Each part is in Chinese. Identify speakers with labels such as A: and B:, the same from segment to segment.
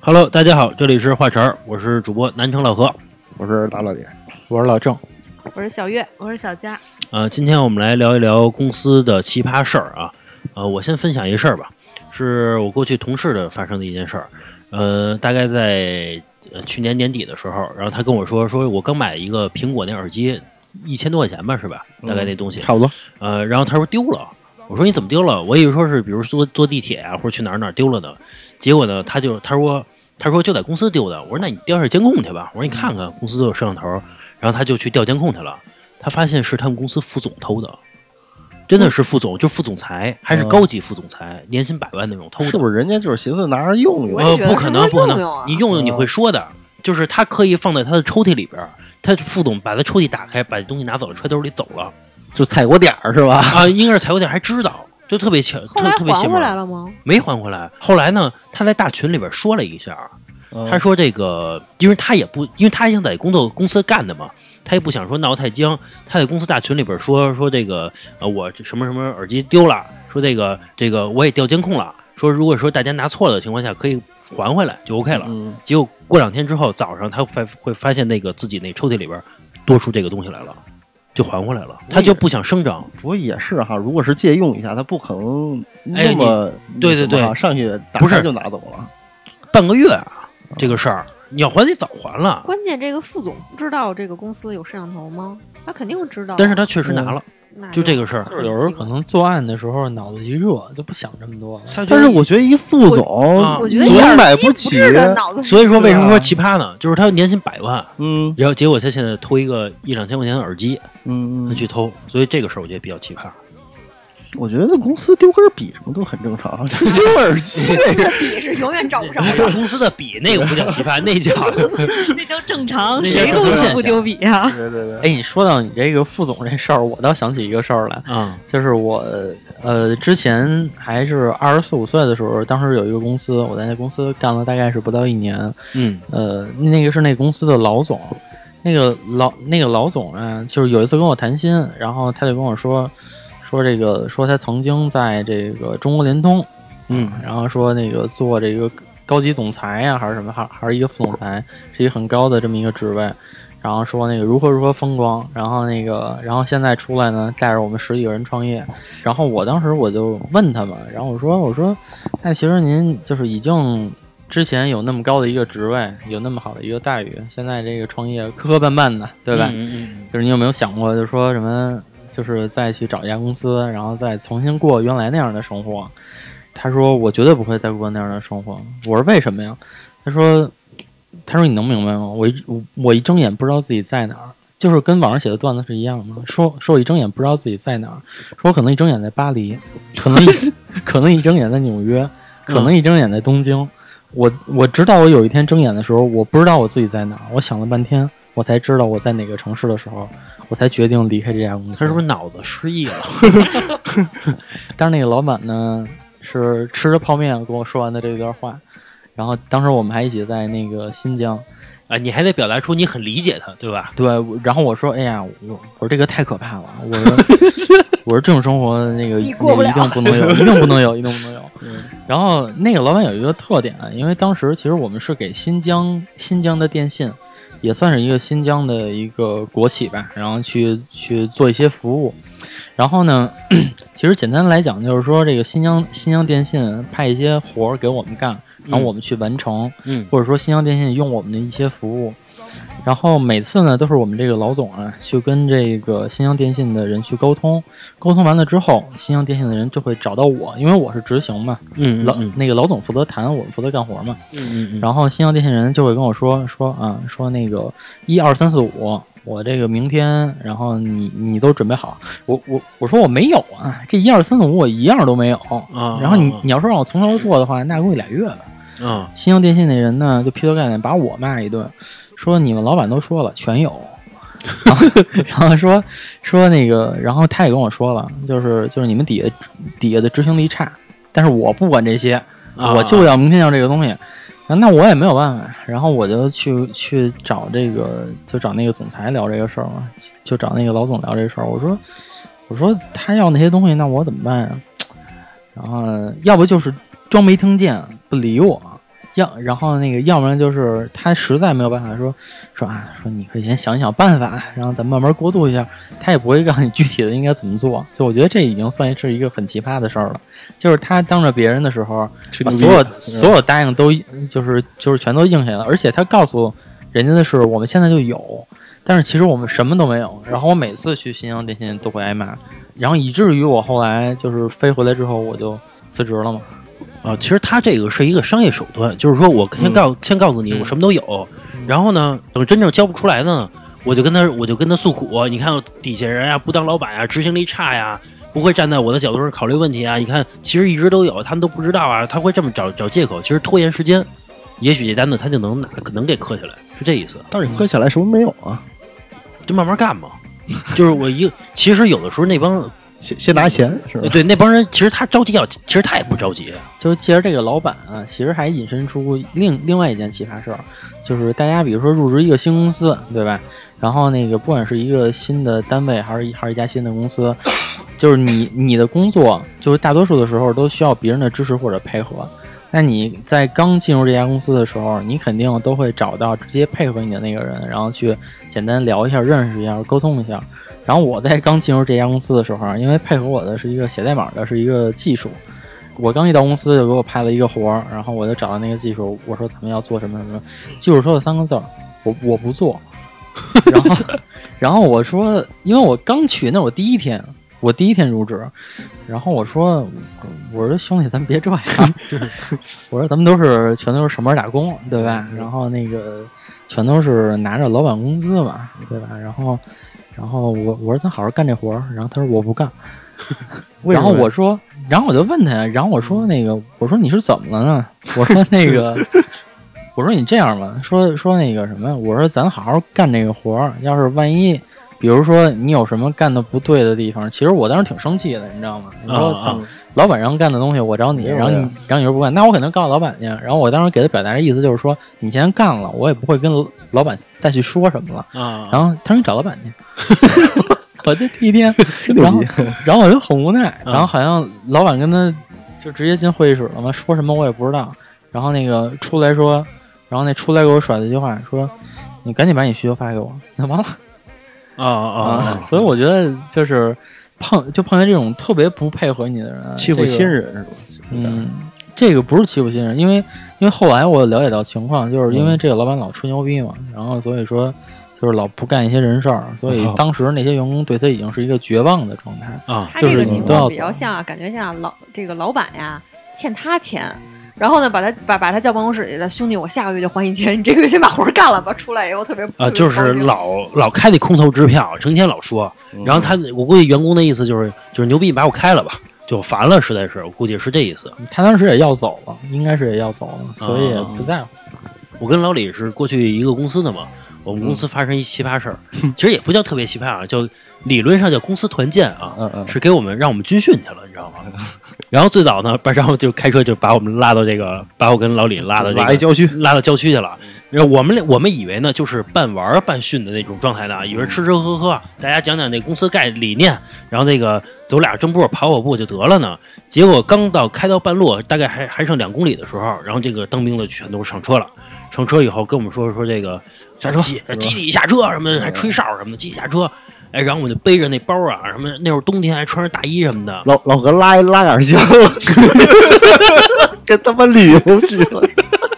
A: Hello，大家好，这里是话茬儿，我是主播南城老何。
B: 我是大老李，
C: 我是老郑，
D: 我是小月，
E: 我是小佳，
A: 呃，今天我们来聊一聊公司的奇葩事儿啊。呃，我先分享一事儿吧，是我过去同事的发生的一件事儿。呃，大概在呃去年年底的时候，然后他跟我说，说我刚买一个苹果那耳机，一千多块钱吧，是吧？大概那东西。
B: 差不多。
A: 呃，然后他说丢了，我说你怎么丢了？我以为说是比如坐坐地铁啊，或者去哪儿哪儿丢了呢。结果呢，他就他说他说就在公司丢的。我说那你调一下监控去吧。我说你看看公司都有摄像头。然后他就去调监控去了，他发现是他们公司副总偷的，真的是副总，就副总裁，还是高级副总裁，年薪百万那种偷的。
B: 是不是人家就是寻思拿着用用？
D: 我也
A: 呃，
D: 觉得
A: 不可能，
D: 是
A: 不
D: 不
A: 可
D: 是
A: 能
D: 用用啊，
A: 你用用你会说的，就是他刻意放在他的抽屉里边儿，他副总把他抽屉打开，把东西拿走了，揣兜里走了
B: 就踩过点儿是吧？
A: 啊，应该是采购店还知道，就特别巧，
D: 后
A: 特
D: 来
A: 特别邪
D: 还回
A: 门
D: 来
A: 儿，
D: 了吗？
A: 没还回来。后来呢，他在大群里边说了一下，他
B: 嗯
A: 说这个，因为他也不，因为他已经在工作公司干的嘛，他也不想说闹太僵。他在公司大群里边说说这个，呃，我这什么什么耳机丢了，说这个这个我也调监控了，说如果说大家拿错了的情况下可以还回来就 OK 了。
B: 嗯，
A: 结果过两天之后早上他发会发现那个自己那抽屉里边多出这个东西来了，就还回来了。他就不想声张，
B: 不过也是哈，如果是借用一下，他不可能
A: 哎
B: 那么
A: 你对对对
B: 那什么哈上去打
A: 不是
B: 开就拿走了。
A: 半个月啊，这个事儿你要还得早还了，
D: 关键这个副总不知道这个公司有摄像头吗？他肯定知道。
A: 但是他确实拿了，
D: 那
A: 就这个事儿。
D: 很
C: 有
D: 奇
C: 时候
D: 怪
C: 可能作案的时候脑子一热就不想这么多了。
A: 他觉
B: 但
A: 得
B: 是我觉得一副
A: 啊
B: 总
D: 我觉得
B: 总
D: 一耳
B: 买
D: 机不
B: 起，
D: 至于脑子
A: 所以说，为什么
C: 是
A: 说
C: 啊
A: 奇葩呢？就是他年薪百万，
B: 嗯
A: 然后结果他现在偷一个一两千块钱的耳机，
B: 嗯
A: 他
B: 嗯，
A: 去偷，所以这个事儿我觉得比较奇葩。
B: 我觉得公司丢根笔什么都很正常，啊丢耳 机这个
D: 也是永远找不着。
A: 公司的笔那个不叫奇葩，那叫
E: 那叫正常，
A: 那叫，
E: 谁公司不丢笔啊？
B: 对对对，
C: 哎，你说到你这个副总这事儿，我倒想起一个事儿来
A: 啊
C: 就是我呃之前还是二十四五岁的时候，当时有一个公司，我在那公司干了大概是不到一年，
A: 嗯
C: 呃，那个是那公司的老总，那个老那个老总呢，就是有一次跟我谈心，然后他就跟我说，说这个说他曾经在这个中国联通，啊
A: 嗯，
C: 然后说那个做这个高级总裁呀、还是什么，还还是一个副总裁，是一个很高的这么一个职位。然后说那个如何如何风光，然后那个，然后现在出来呢，带着我们十几个人创业。然后我当时我就问他们，然后我说我说，那其实您就是已经之前有那么高的一个职位，有那么好的一个待遇，现在这个创业磕磕绊绊的，对吧？
A: 嗯嗯
C: 就是你有没有想过，就是说什么，就是再去找一家公司，然后再重新过原来那样的生活？他说我绝对不会再过那样的生活。我说为什么呀？他说，他说你能明白吗？我一我我一睁眼不知道自己在哪儿，就是跟网上写的段子是一样的。说说我一睁眼不知道自己在哪儿，说我可能一睁眼在巴黎，可能一 可能一睁眼在纽约，可能一睁眼在东京。我我直到我有一天睁眼的时候，我不知道我自己在哪儿，我想了半天，我才知道我在哪个城市的时候，我才决定离开这家公司。
A: 他是不是脑子失忆了？
C: 但是那个老板呢，是吃着泡面跟我说完的这段话，然后当时我们还一起在那个新疆，
A: 啊，你还得表达出你很理解他，对吧？
C: 对，然后我说，哎呀，我我说这个太可怕了，我说 我说这种生活那个
D: 你过不了嗯
C: 一定不能有，一定不能有，一定不 能有。然后那个老板有一个特点，啊因为当时其实我们是给新疆新疆的电信，也算是一个新疆的一个国企吧，然后去去做一些服务。然后呢， 其实简单来讲就是说，这个新疆新疆电信派一些活儿给我们干，然后我们去完成。
A: 嗯
C: 或者说新疆电信用我们的一些服务。然后每次呢，都是我们这个老总啊，去跟这个新疆电信的人去沟通，沟通完了之后，新疆电信的人就会找到我，因为我是执行嘛，
A: 嗯
C: 老
A: 嗯
C: 那个老总负责谈，我们负责干活嘛。
A: 嗯嗯
C: 然后新疆电信人就会跟我说说啊，说那个一二三四五，我这个明天，然后你你都准备好，我我我说我没有啊，这一二三四五我一样都没有。
A: 啊
C: 然后你你要说让我从头做的话，那估计俩月吧。
A: 啊
C: 新疆电信那人呢，就劈头盖脸把我骂一顿，说你们老板都说了全有，然后 然后说说那个，然后他也跟我说了，就是就是你们底下底下的执行力差，但是我不管这些，
A: 啊，
C: 我就要明天要这个东西。啊那我也没有办法，然后我就去去找这个，就找那个总裁聊这个事儿嘛，就找那个老总聊这事儿。我说，我说他要那些东西，那啊我怎么办呀、然后要不就是装没听见不理我，要然后那个要不然就是他实在没有办法说说啊说你可以先想想办法，然后咱慢慢过渡一下，他也不会告诉你具体的应该怎么做。就我觉得这已经算是一个很奇葩的事儿了，就是他当着别人的时候，
B: 吹
C: 把
B: 牛逼
C: 所有所有答应都就是就是全都应下来了，而且他告诉人家的是我们现在就有，但是其实我们什么都没有。然后我每次去新疆电信都会挨骂，然后以至于我后来就是飞回来之后我就辞职了嘛。
A: 啊，其实他这个是一个商业手段，就是说我先告、先告诉你
C: 嗯
A: 我什么都有，然后呢，等真正交不出来呢，我就跟他我就跟他诉苦，你看底下人啊呀不当老板呀，执行力差呀，不会站在我的角度上考虑问题啊，你看其实一直都有，他们都不知道啊，他会这么找找借口，其实拖延时间，也许这单子他就能拿能给磕下来，是这意思，
B: 但是你喝起来什么没有啊？
A: 就慢慢干 嘛。就是我一，其实有的时候那帮
B: 先先拿钱是吧？
A: 对那帮人，其实他着急要，其实他也不着急，
C: 就其实这个老板啊，其实还引申出另另外一件奇葩事儿，就是大家比如说入职一个新公司，对吧？然后那个不管是一个新的单位，还是一还是一家新的公司，就是你你的工作，就是大多数的时候都需要别人的支持或者配合。那你在刚进入这家公司的时候，你肯定都会找到直接配合你的那个人，然后去简单聊一下、认识一下、沟通一下。然后我在刚进入这家公司的时候啊，因为配合我的是一个写代码的，是一个技术，我刚一到公司就给我派了一个活儿，然后我就找到那个技术，我说咱们要做什么什么，技术说了三个字儿，我我不做。然后，然后我说，因为我刚去，那我第一天，我第一天入职，然后我说，我说兄弟，咱别这样，我说咱们都是全都是上班打工，对吧？然后那个全都是拿着老板工资嘛，对吧？然后，然后我我说咱好好干这活儿，然后他说我不干，
B: 为什
C: 然
B: 么嗯
C: 后我说，然后我就问他，然后我说那个，我说你是怎么了呢？我说那 个，我说你这样吧，说说那个什么，我说咱好好干这个活儿，要是万一。比如说你有什么干的不对的地方，其实我当时挺生气的，你知道吗？你说
A: 啊啊
C: 操老板让干的东西我找你，
B: 对啊
C: 然后你
B: 对啊
C: 然后你说不干，那我肯定告诉老板去。然后我当时给他表达的意思就是说，你既然干了，我也不会跟老老板再去说什么了。
A: 啊
C: 然后他说你找老板去。 我这第一天，
B: 真牛
C: 然后
B: 逼！
C: 然后我就很无奈，
A: 嗯
C: 然后好像老板跟他就直接进会议室了嘛，说什么我也不知道。然后那个出来说，然后那出来给我甩了一句话，说你赶紧把你需求发给我。那完了
A: 啊啊啊！
C: 所以我觉得就是碰就碰见这种特别不配合你的人，
B: 欺
C: 这
B: 负
C: 个
B: 新人是吧？
C: 嗯，这个不是欺负新人，因为因为后来我了解到情况，就
B: 嗯
C: 是因为这个老板老吹牛逼嘛，然后所以说就是老不干一些人事儿，所以
B: 哦
C: 当时那些员工对他已经是一个绝望的状态。
A: 啊，
D: 他
C: 就
D: 这
C: 是
D: 个
C: 你
D: 情
C: 都要
D: 况比
C: 走
D: 较像啊，感觉像老这个老板呀欠他钱，然后呢把他把把他叫办公室去了，兄弟，我下个月就还你钱，你这个月先把活儿干了吧。出来以后特别
A: 啊，就是老老开那空头支票，成天老说。
B: 嗯
A: 然后他，我估计员工的意思就是就是牛逼，你把我开了吧，就烦了，实在是，我估计是这意思。
B: 嗯
C: 他当时也要走了，应该是也要走了，所以也不在乎。
A: 我跟老李是过去一个公司的嘛，我们公
B: 嗯
A: 司发生一奇葩事儿，其实也不叫特别奇葩啊，叫理论上叫公司团建啊，
B: 嗯嗯，
A: 是给我们让我们军训去了，你知道吗？然后最早呢，把然后就开车就把我们拉到这个，把我跟老李拉到这
B: 拉一
A: 个
B: 郊区，
A: 拉到郊区去了。然后我们我们以为呢，就是半玩儿半训的那种状态呢，以为吃吃喝喝，大家讲讲那公司概理念，然后那个走俩正步跑跑步就得了呢。结果刚到开到半路，大概还还剩两公里的时候，然后这个当兵的全都上车了。上车以后跟我们说说这个下车，嗯集集体下车什么的，还吹哨什么的，集体下车。哎，然后我就背着那包啊，什么那会儿冬天还穿着大衣什么的，
B: 老老何拉拉杆箱，跟他妈旅游去了。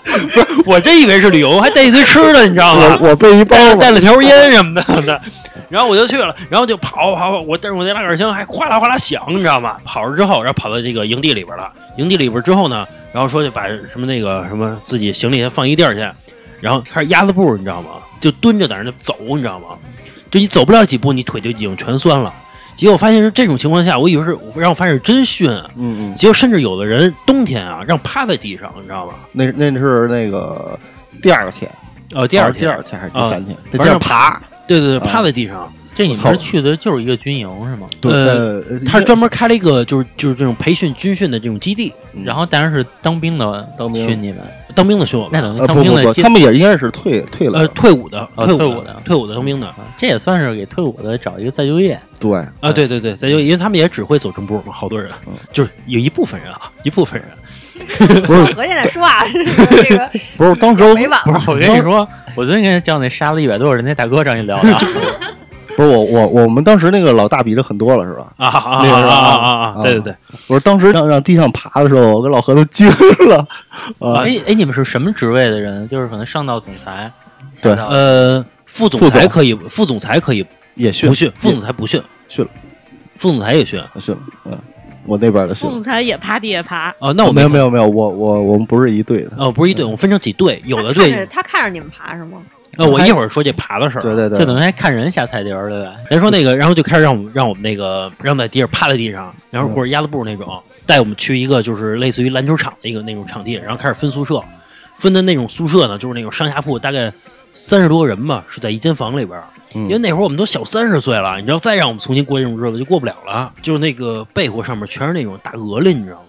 A: 我真以为是旅游，还带一堆吃的，你知道吗？
B: 我我背一包
A: 带了带
B: 吧，
A: 了条烟什么的 然后我就去了，然后就跑跑跑，我但是我那拉杆箱还哗啦哗啦响，你知道吗？跑了之后，然后跑到这个营地里边了。营地里边之后呢，然后说就把什么那个什么自己行李先放一地儿去，然后开始鸭子步，你知道吗？就蹲着在那走，你知道吗？就你走不了几步，你腿就已经全酸了。结果发现是这种情况下，我以为是，我让我发现是真训啊。
B: 嗯嗯，
A: 结果甚至有的人冬天啊，让趴在地上，你知道吗？
B: 那那是那个第二天，哦
A: 呃，第二
B: 第
A: 天，
B: 二天还啊是第三天？
A: 反
B: 得
A: 正
B: 叫爬，
A: 对对对，
B: 啊
A: 趴在地上。
C: 这你
B: 操
C: 们是去的就是一个军营是吗？
B: 对，
A: 呃
B: 呃
A: 他是专门开了一个就是就是这种培训军训的这种基地，
B: 嗯
C: 然后当然是当兵的
B: 当兵
C: 训你们，
A: 当兵的训我
C: 那
A: 们，
C: 等于
B: 呃
C: 当
B: 不
C: 兵
B: 不
C: 的
B: 不，
C: 接
B: 他们也应该是退退
A: 呃
B: 了，
A: 退伍的，
C: 啊
A: 退
C: 退
A: 伍
C: 伍的
A: 退伍的当兵的
C: 啊这也算是给退伍的找一个再就业。
B: 对，
A: 啊，对对对，咱就因为他们也只会走正步嘛，好多人
B: 嗯
A: 就是有一部分人啊，一部分人，
B: 不是
D: 我现在说啊， 这个这个
B: 不是，当时 我
D: 没网
B: 不是
C: 我跟你说，我昨天跟叫那杀了一百多人那大哥找你聊聊，
B: 不是我我我们当时那个老大比这很多了是吧？
A: 啊啊
B: 那个是吧
A: 啊啊啊！对对对，
B: 我说当时让让地上爬的时候，我跟老何都惊了 啊！
C: 哎哎，你们是什么职位的人？就是可能上到总裁，
B: 对
C: 下到
A: 呃，副总
B: 啊副
A: 裁
B: 总
A: 可以，副总裁可以
B: 也
A: 不
B: 训
A: 训，副总裁不训，
B: 训了
A: 副总裁也训。
B: 训了，嗯，我那边的训
E: 副
B: 了
E: 总。裁也趴地也爬，
A: 哦，那我
B: 没有嗯
A: 没
B: 没有没有，我我我们不是一队的。
A: 哦，不是一队，我们分成几队，有的
D: 他看着
A: 队，
D: 他看着你们爬是吗？
A: 呃，我一会儿说这爬的事儿。
B: 对对
C: 就等
B: 对，
C: 于还看人下菜碟儿，对吧？
A: 人说那个，然后就开始让我们让我们那个让在地上趴在地上，然
B: 嗯
A: 后或者鸭子步那种，带我们去一个就是类似于篮球场的一个那种场地，然后开始分宿舍，分的那种宿舍呢，就是那种上下铺，大概三十多个人吧，是在一间房里边儿。
B: 嗯
A: 因为那会儿我们都小三十岁了，你知道，再让我们重新过这种日子就过不了了。就是那个被窝上面全是那种大鹅鳞，你知道吗？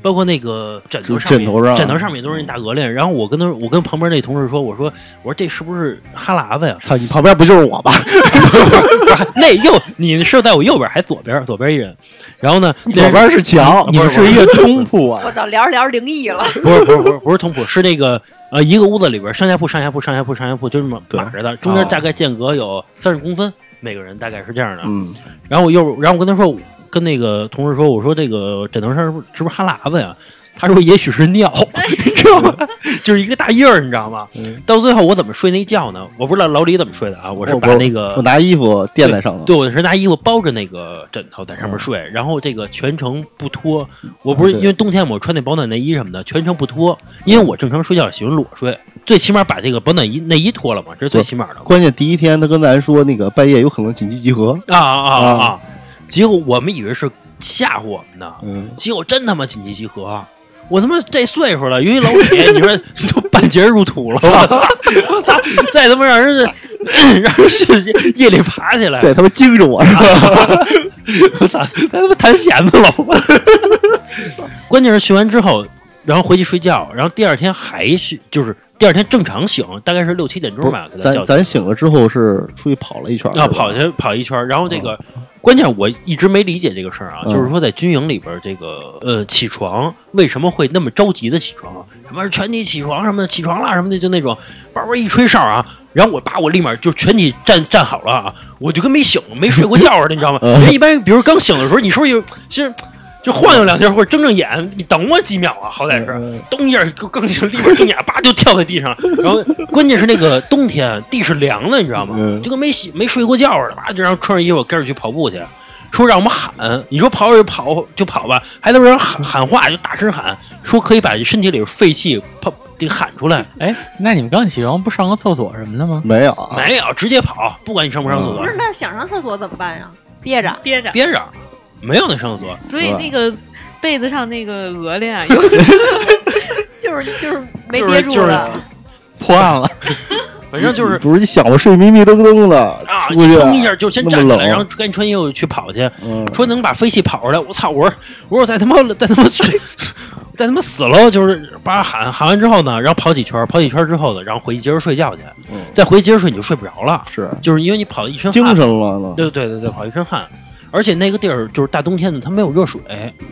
A: 包括那个枕头上面，
B: 嗯枕头上
A: 枕头上面都是那大鹅鳞。然后我跟他，我跟旁边那同事说，我说，我说这是不是哈喇子 呀？
B: 操，你旁边不就是我 吗？
A: 不是那右，你是在我右边还是左边？左边一人。然后呢，
B: 左边是墙，
A: 你们是一
B: 个中铺啊？
D: 我操，聊着聊着灵异了，
A: 不是不是不是不是通铺，是那个呃一个屋子里边上下铺上下铺上下铺上下铺就这么
B: 对哦
A: 码着的，中间大概间隔有三十公分，每个人大概是这样的。
B: 嗯，
A: 然后我又然后我跟他说，跟那个同事说，我说这个枕头上是不是是不是哈喇子呀？他说也许是尿，你知道吗？就是一个大印儿，你知道吗？
B: 嗯
A: 到最后我怎么睡那觉呢？我不知道老李怎么睡的啊，我是
B: 哦我
A: 把
B: 我
A: 那个
B: 我拿衣服垫在上头。
A: 对，我是拿衣服包着那个枕头在上面睡，然后这个全程不脱。我不是
B: 啊哦对
A: 因为冬天我穿那保暖内衣什么的，全程不脱，因为我正常睡觉喜欢裸睡，最起码把这个保暖衣内衣脱了嘛，这是最起码的。
B: 关键第一天他跟咱说那个半夜有可能紧急集合，
A: 啊啊啊
B: 啊
A: 啊！结果我们以为是吓唬我们呢，
B: 嗯，
A: 结果真他妈紧急集合啊！我他妈这岁数了，由于老李，你说 都半截入土了，我操！我操！ 再他妈让人是 让人是夜里爬起来，
B: 这他妈惊着
A: 哎
B: 我是吧？
A: 我操，他他妈弹弦子了！ 关键是训完之后，然后回去睡觉，然后第二天还是就是第二天正常醒，大概是六七点钟吧，给他叫
B: 咱
A: 起来
B: 咱醒了之后是出去跑了一圈，
A: 啊
B: 是吧哦
A: 跑去跑一圈儿，然后这个。关键我一直没理解这个事儿啊，
B: 嗯
A: 就是说在军营里边儿，这个呃起床为什么会那么着急的起床啊？什么全体起床什么的，起床啦什么的，就那种叭叭一吹哨啊，然后我爸我立马就全体站站好了啊，我就跟没醒没睡过觉似的，你知道吗？
B: 嗯
A: 人一般比如刚醒的时候，你是不是有是就晃悠两下或者睁睁眼，你等我几秒啊，好歹是。
B: 嗯
A: 咚一下，刚醒，立马睁眼，叭就跳在地 上。然后关键是那个冬天地是凉的，你知道吗？
B: 嗯
A: 就跟没洗没睡过觉似的，叭就让穿上衣服开始去跑步去。说让我们喊，你说跑就跑就跑吧，还得让人喊喊话，就大声喊，说可以把身体里的废气跑这个喊出来。
C: 哎，那你们刚起床不上个厕所什么的吗？
B: 没有啊，
A: 没有，直接跑，不管你上不上厕所
D: 不，是？那想上厕所怎么办呀？憋着，
E: 憋着。
A: 憋着，没有那上厕所。
E: 所以那个被子上那个鹅链啊，有
D: 就是就是没
A: 就是
D: 憋住
A: 就是
B: 哎
D: 了。
C: 破案了，
A: 反正就是
B: 不是你想我睡迷迷瞪瞪的
A: 啊，
B: 出
A: 你
B: 去
A: 咚一下就先站起
B: 那么
A: 来，
B: 冷啊
A: 然后赶紧穿衣服去跑去。
B: 嗯，
A: 说能把废气跑出来，我操！我说我说我在他妈在他妈 在他妈死了，就是叭喊喊完之后呢，然后跑几圈，跑几圈之后呢，然后回去接着睡觉去，
B: 嗯
A: 再回去接着睡你就睡不着了，
B: 是
A: 就是因为你跑了一身
B: 精
A: 汗，
B: 神了呢
A: 对对对对，跑一身汗，而且那个地儿就是大冬天的，它没有热水，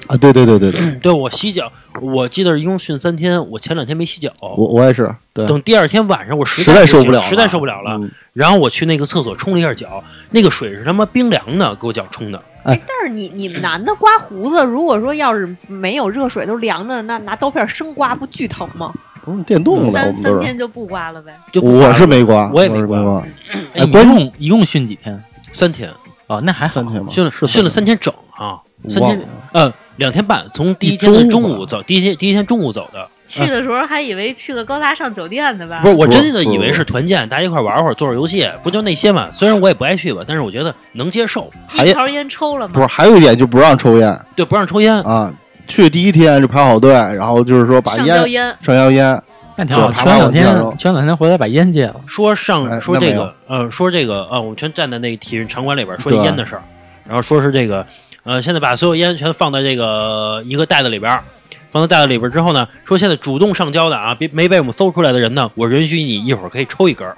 B: 啊！对对对对对，
A: 对我洗脚，我记得一共训三天，我前两天没洗脚，
B: 我我也是，对，
A: 等第二天晚上我实
B: 实在
A: 受
B: 受不了了，
A: 实在受不了了，
B: 嗯。
A: 然后我去那个厕所冲了一下脚，那个水是他妈冰凉的，给我脚冲的。
D: 哎，但是你你们男的刮胡子，如果说要是没有热水都凉的，那拿刀片生刮不巨疼吗？
B: 不是电动的，我
E: 三
B: 们都
E: 三
B: 是。啊
E: 天就不刮了呗。
A: 就不
B: 我
A: 玩
B: 是
A: 了
B: 没刮，
A: 我也
B: 没
A: 没刮
B: 刮，
C: 哎，你一
B: 呃关
C: 共一共训几天？
A: 三天。
C: 哦，那还好
B: 三。天吗？
A: 训了
B: 是
A: 训了三天整啊，三
B: 忘
A: 天
B: 了
A: 呃两天半，从第一
B: 一
A: 天的中
B: 周吧
A: 午走，第一天第一天中午走的，
E: 去的时候还以为去个高大上酒店呢吧
A: 不？是我
B: 啊不
A: 真的以为
B: 不
A: 是团建，大家一块玩会儿，做会儿游戏，不就那些嘛？虽然我也不爱去吧，但是我觉得能接受，
B: 还
E: 一条烟抽了
B: 哎不
E: 吗？
B: 是还有一点就不让抽烟
A: 对，不让抽 烟，
B: 啊。去第一天就排好队，然后就是说把
E: 上
B: 烟
E: 交烟，
B: 上腰烟，
C: 那挺好。
B: 对
C: 前两天
B: 爬完我就
C: 前两天回来把烟戒了。
A: 说上
B: 哎
A: 说
B: 那
A: 这
B: 没
A: 个呃说这个呃，我们全站在那个体育场馆里边儿说
B: 对
A: 烟的事儿，然后说是这个呃，现在把所有烟全放在这个一个袋子里边儿。放在袋子里边儿之后呢，说现在主动上交的啊，别没被我们搜出来的人呢，我允许你一会儿可以抽一根儿，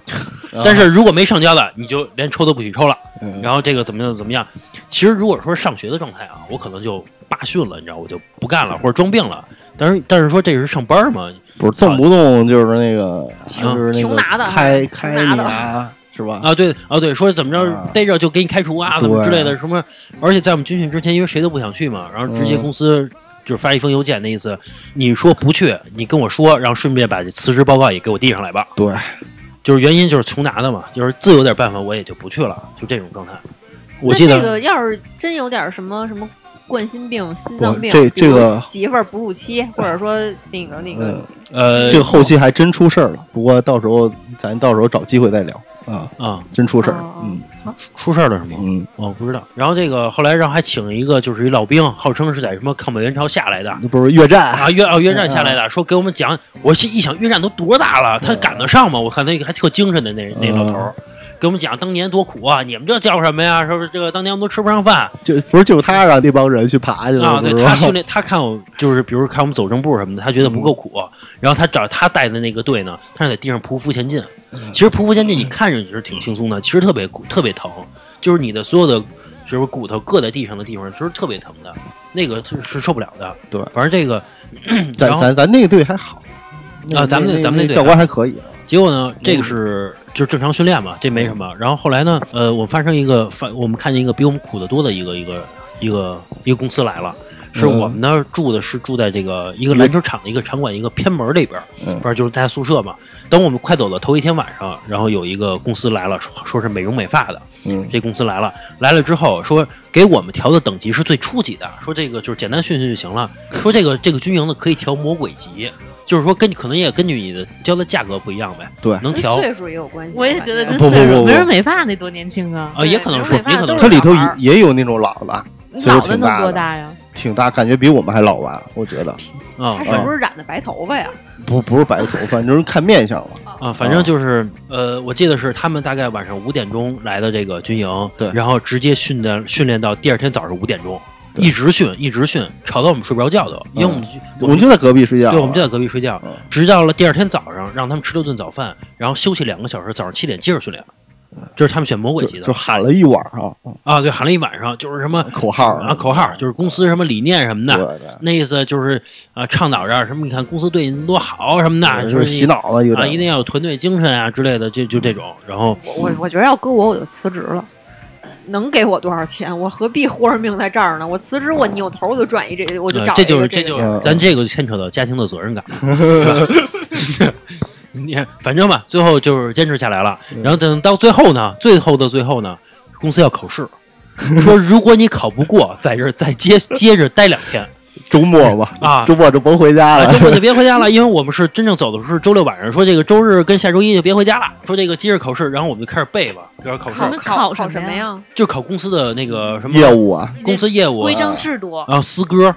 A: 但是如果没上交的，你就连抽都不许抽了。
B: 嗯
A: 然后这个怎么样怎么样？其实如果说上学的状态啊，我可能就罢训了，你知道，我就不干了，或者装病了。但是但是说这是上班嘛，
B: 不是动不动就是那个，
A: 穷
B: 就是那
D: 穷
B: 个
D: 拿的哎
B: 开
D: 穷
B: 开
D: 拿
B: 你
D: 的
B: 啊，是吧？
A: 啊，对啊，对，说怎么着
B: 啊
A: 逮着就给你开除啊，怎么之类的什么。而且在我们军训之前，因为谁都不想去嘛，然后直接
B: 嗯
A: 公司就是发一封邮件，那意思你说不去，你跟我说，然后顺便把这辞职报告也给我递上来吧。
B: 对，
A: 就是原因就是穷拿的嘛，就是自有点办法我也就不去了，就这种状态。我
D: 那
A: 记
D: 这
A: 得
D: 个要是真有点什么什么冠心病、心脏
B: 不
D: 病，
B: 这
D: 比
B: 这
D: 如
B: 个
D: 媳妇儿哺乳期，或者说那个那个
B: 嗯，
A: 呃
B: 这个后期还真出事儿了。不过到时候咱到时候找机会再聊啊，
A: 啊
B: 真出事儿了
D: 哦。
B: 嗯
A: 出事儿了是吗？
B: 嗯，
A: 我不知道。然后这个后来让还请了一个就是一老兵，号称是在什么抗美援朝下来的，
B: 那不是越战，
A: 啊，越啊越战下来的，说给我们讲，我是一想越战都多大了，他赶得上吗？我看他还特精神的那那老头儿，给我们讲当年多苦啊，你们这叫什么呀？说是这个当年我们都吃不上饭
B: 就不是就是他让那帮人去爬去了
A: 啊。对
B: 不是
A: 他
B: 吗
A: 训练，他看我就是比如看我们走正步什么的，他觉得不够苦，然后他找他带的那个队呢，他是在地上匍匐前进。
B: 嗯
A: 其实匍匐前进你看着是挺轻松的，其实特别苦特别疼，就是你的所有的就是骨头硌在地上的地方，就是特别疼的，那个是是受不了的。
B: 对
A: 反正这个，然
B: 咱
A: 后
B: 咱咱那个队还好
A: 啊咱们那咱们那队
B: 教官还可以啊。
A: 结果呢，这个是就是正常训练嘛，这没什么。然后后来呢，呃，我们发生一个发，我们看见一个比我们苦得多的一个一个一个一个公司来了。是
B: 嗯
A: 我们呢住的是住在这个一个篮球场的一个场馆一个偏门里边儿，
B: 嗯
A: 反正就是大家宿舍嘛。等我们快走的头一天晚上，然后有一个公司来了，说说是美容美发的，
B: 嗯，
A: 这公司来了，来了之后说给我们调的等级是最初级的，说这个就是简单训训就行 了，说这个这个军营的可以调魔鬼级，就是说根据可能也根据你的交的价格不一样呗，
B: 对
A: 能
D: 跟
A: 调。
D: 岁数也有关系。
E: 我也觉得跟
B: 不不
E: 岁
B: 不
E: 数
B: 不
E: 没人美发那多年轻啊，
A: 啊，也可能是，也
D: 对
A: 可
D: 都
A: 能
D: 是
A: 是
B: 它里头
D: 小孩儿
B: 也也有那种老的，岁数
E: 脑袋
B: 挺
E: 能
B: 大
E: 多
B: 的，
E: 大呀？
B: 挺大，感觉比我们还老吧，我觉得
A: 啊
D: 他是
B: 嗯
D: 不是染的白头发呀？
B: 不不是白头发，就是看面相了。
A: 啊，反正就是呃，我记得是他们大概晚上五点钟来的这个军营，
B: 对
A: 然后直接训的训练到第二天早上五点钟，
B: 对嗯
A: 一直训一直训，吵到我们睡不着觉都，因为我们
B: 我们就在隔壁睡觉，
A: 对，我们就在隔壁睡觉
B: 嗯，
A: 直到了第二天早上，让他们吃了顿早饭，然后休息两个小时，早上七点接着训练。这是他们选魔鬼级
B: 嗯就
A: 的
B: 就喊了一晚上
A: 啊，对，喊了一晚上，就是什么
B: 口号
A: 啊口号，就是公司什么理念什么
B: 嗯对
A: 的，
B: 对
A: 那意思就是啊倡导着什么，你看公司对你多好什么的，
B: 就是是洗脑了，有
A: 啊，一定
B: 点。
A: 要有团队精神啊之类的，就就这种。然后
D: 我我我觉得要搁我我就辞职了，能给我多少钱，我何必豁着命在这儿呢？我辞职，我扭头我就转移这，我就
A: 呃
D: 找
A: 这
D: 一
A: 就是
D: 个
A: 这
D: 个
A: 就
D: 地儿
A: 是
B: 嗯
A: 咱这个牵扯到家庭的责任感， 是吧 你看，反正吧，最后就是坚持下来了。
B: 嗯
A: 然后等到最后呢，最后的最后呢，公司要考试，说如果你考不过，在这儿再接接着待两 天
B: 周末吧，
A: 啊。
B: 周末就甭回家
A: 啊，
B: 了
A: 周。末就别回家了，因为我们是真正走的时候是周六晚上，说这个周日跟下周一就别回家了，说这个接着考试，然后我们就开始背吧，开始考试
D: 考，
E: 们
D: 考
E: 考
D: 考
E: 什
D: 什
E: 么
D: 么呀？
A: 就考公司的那个什么
B: 业务啊，
A: 公司业务啊
E: 规章制度，
B: 哦
A: 然后撕歌，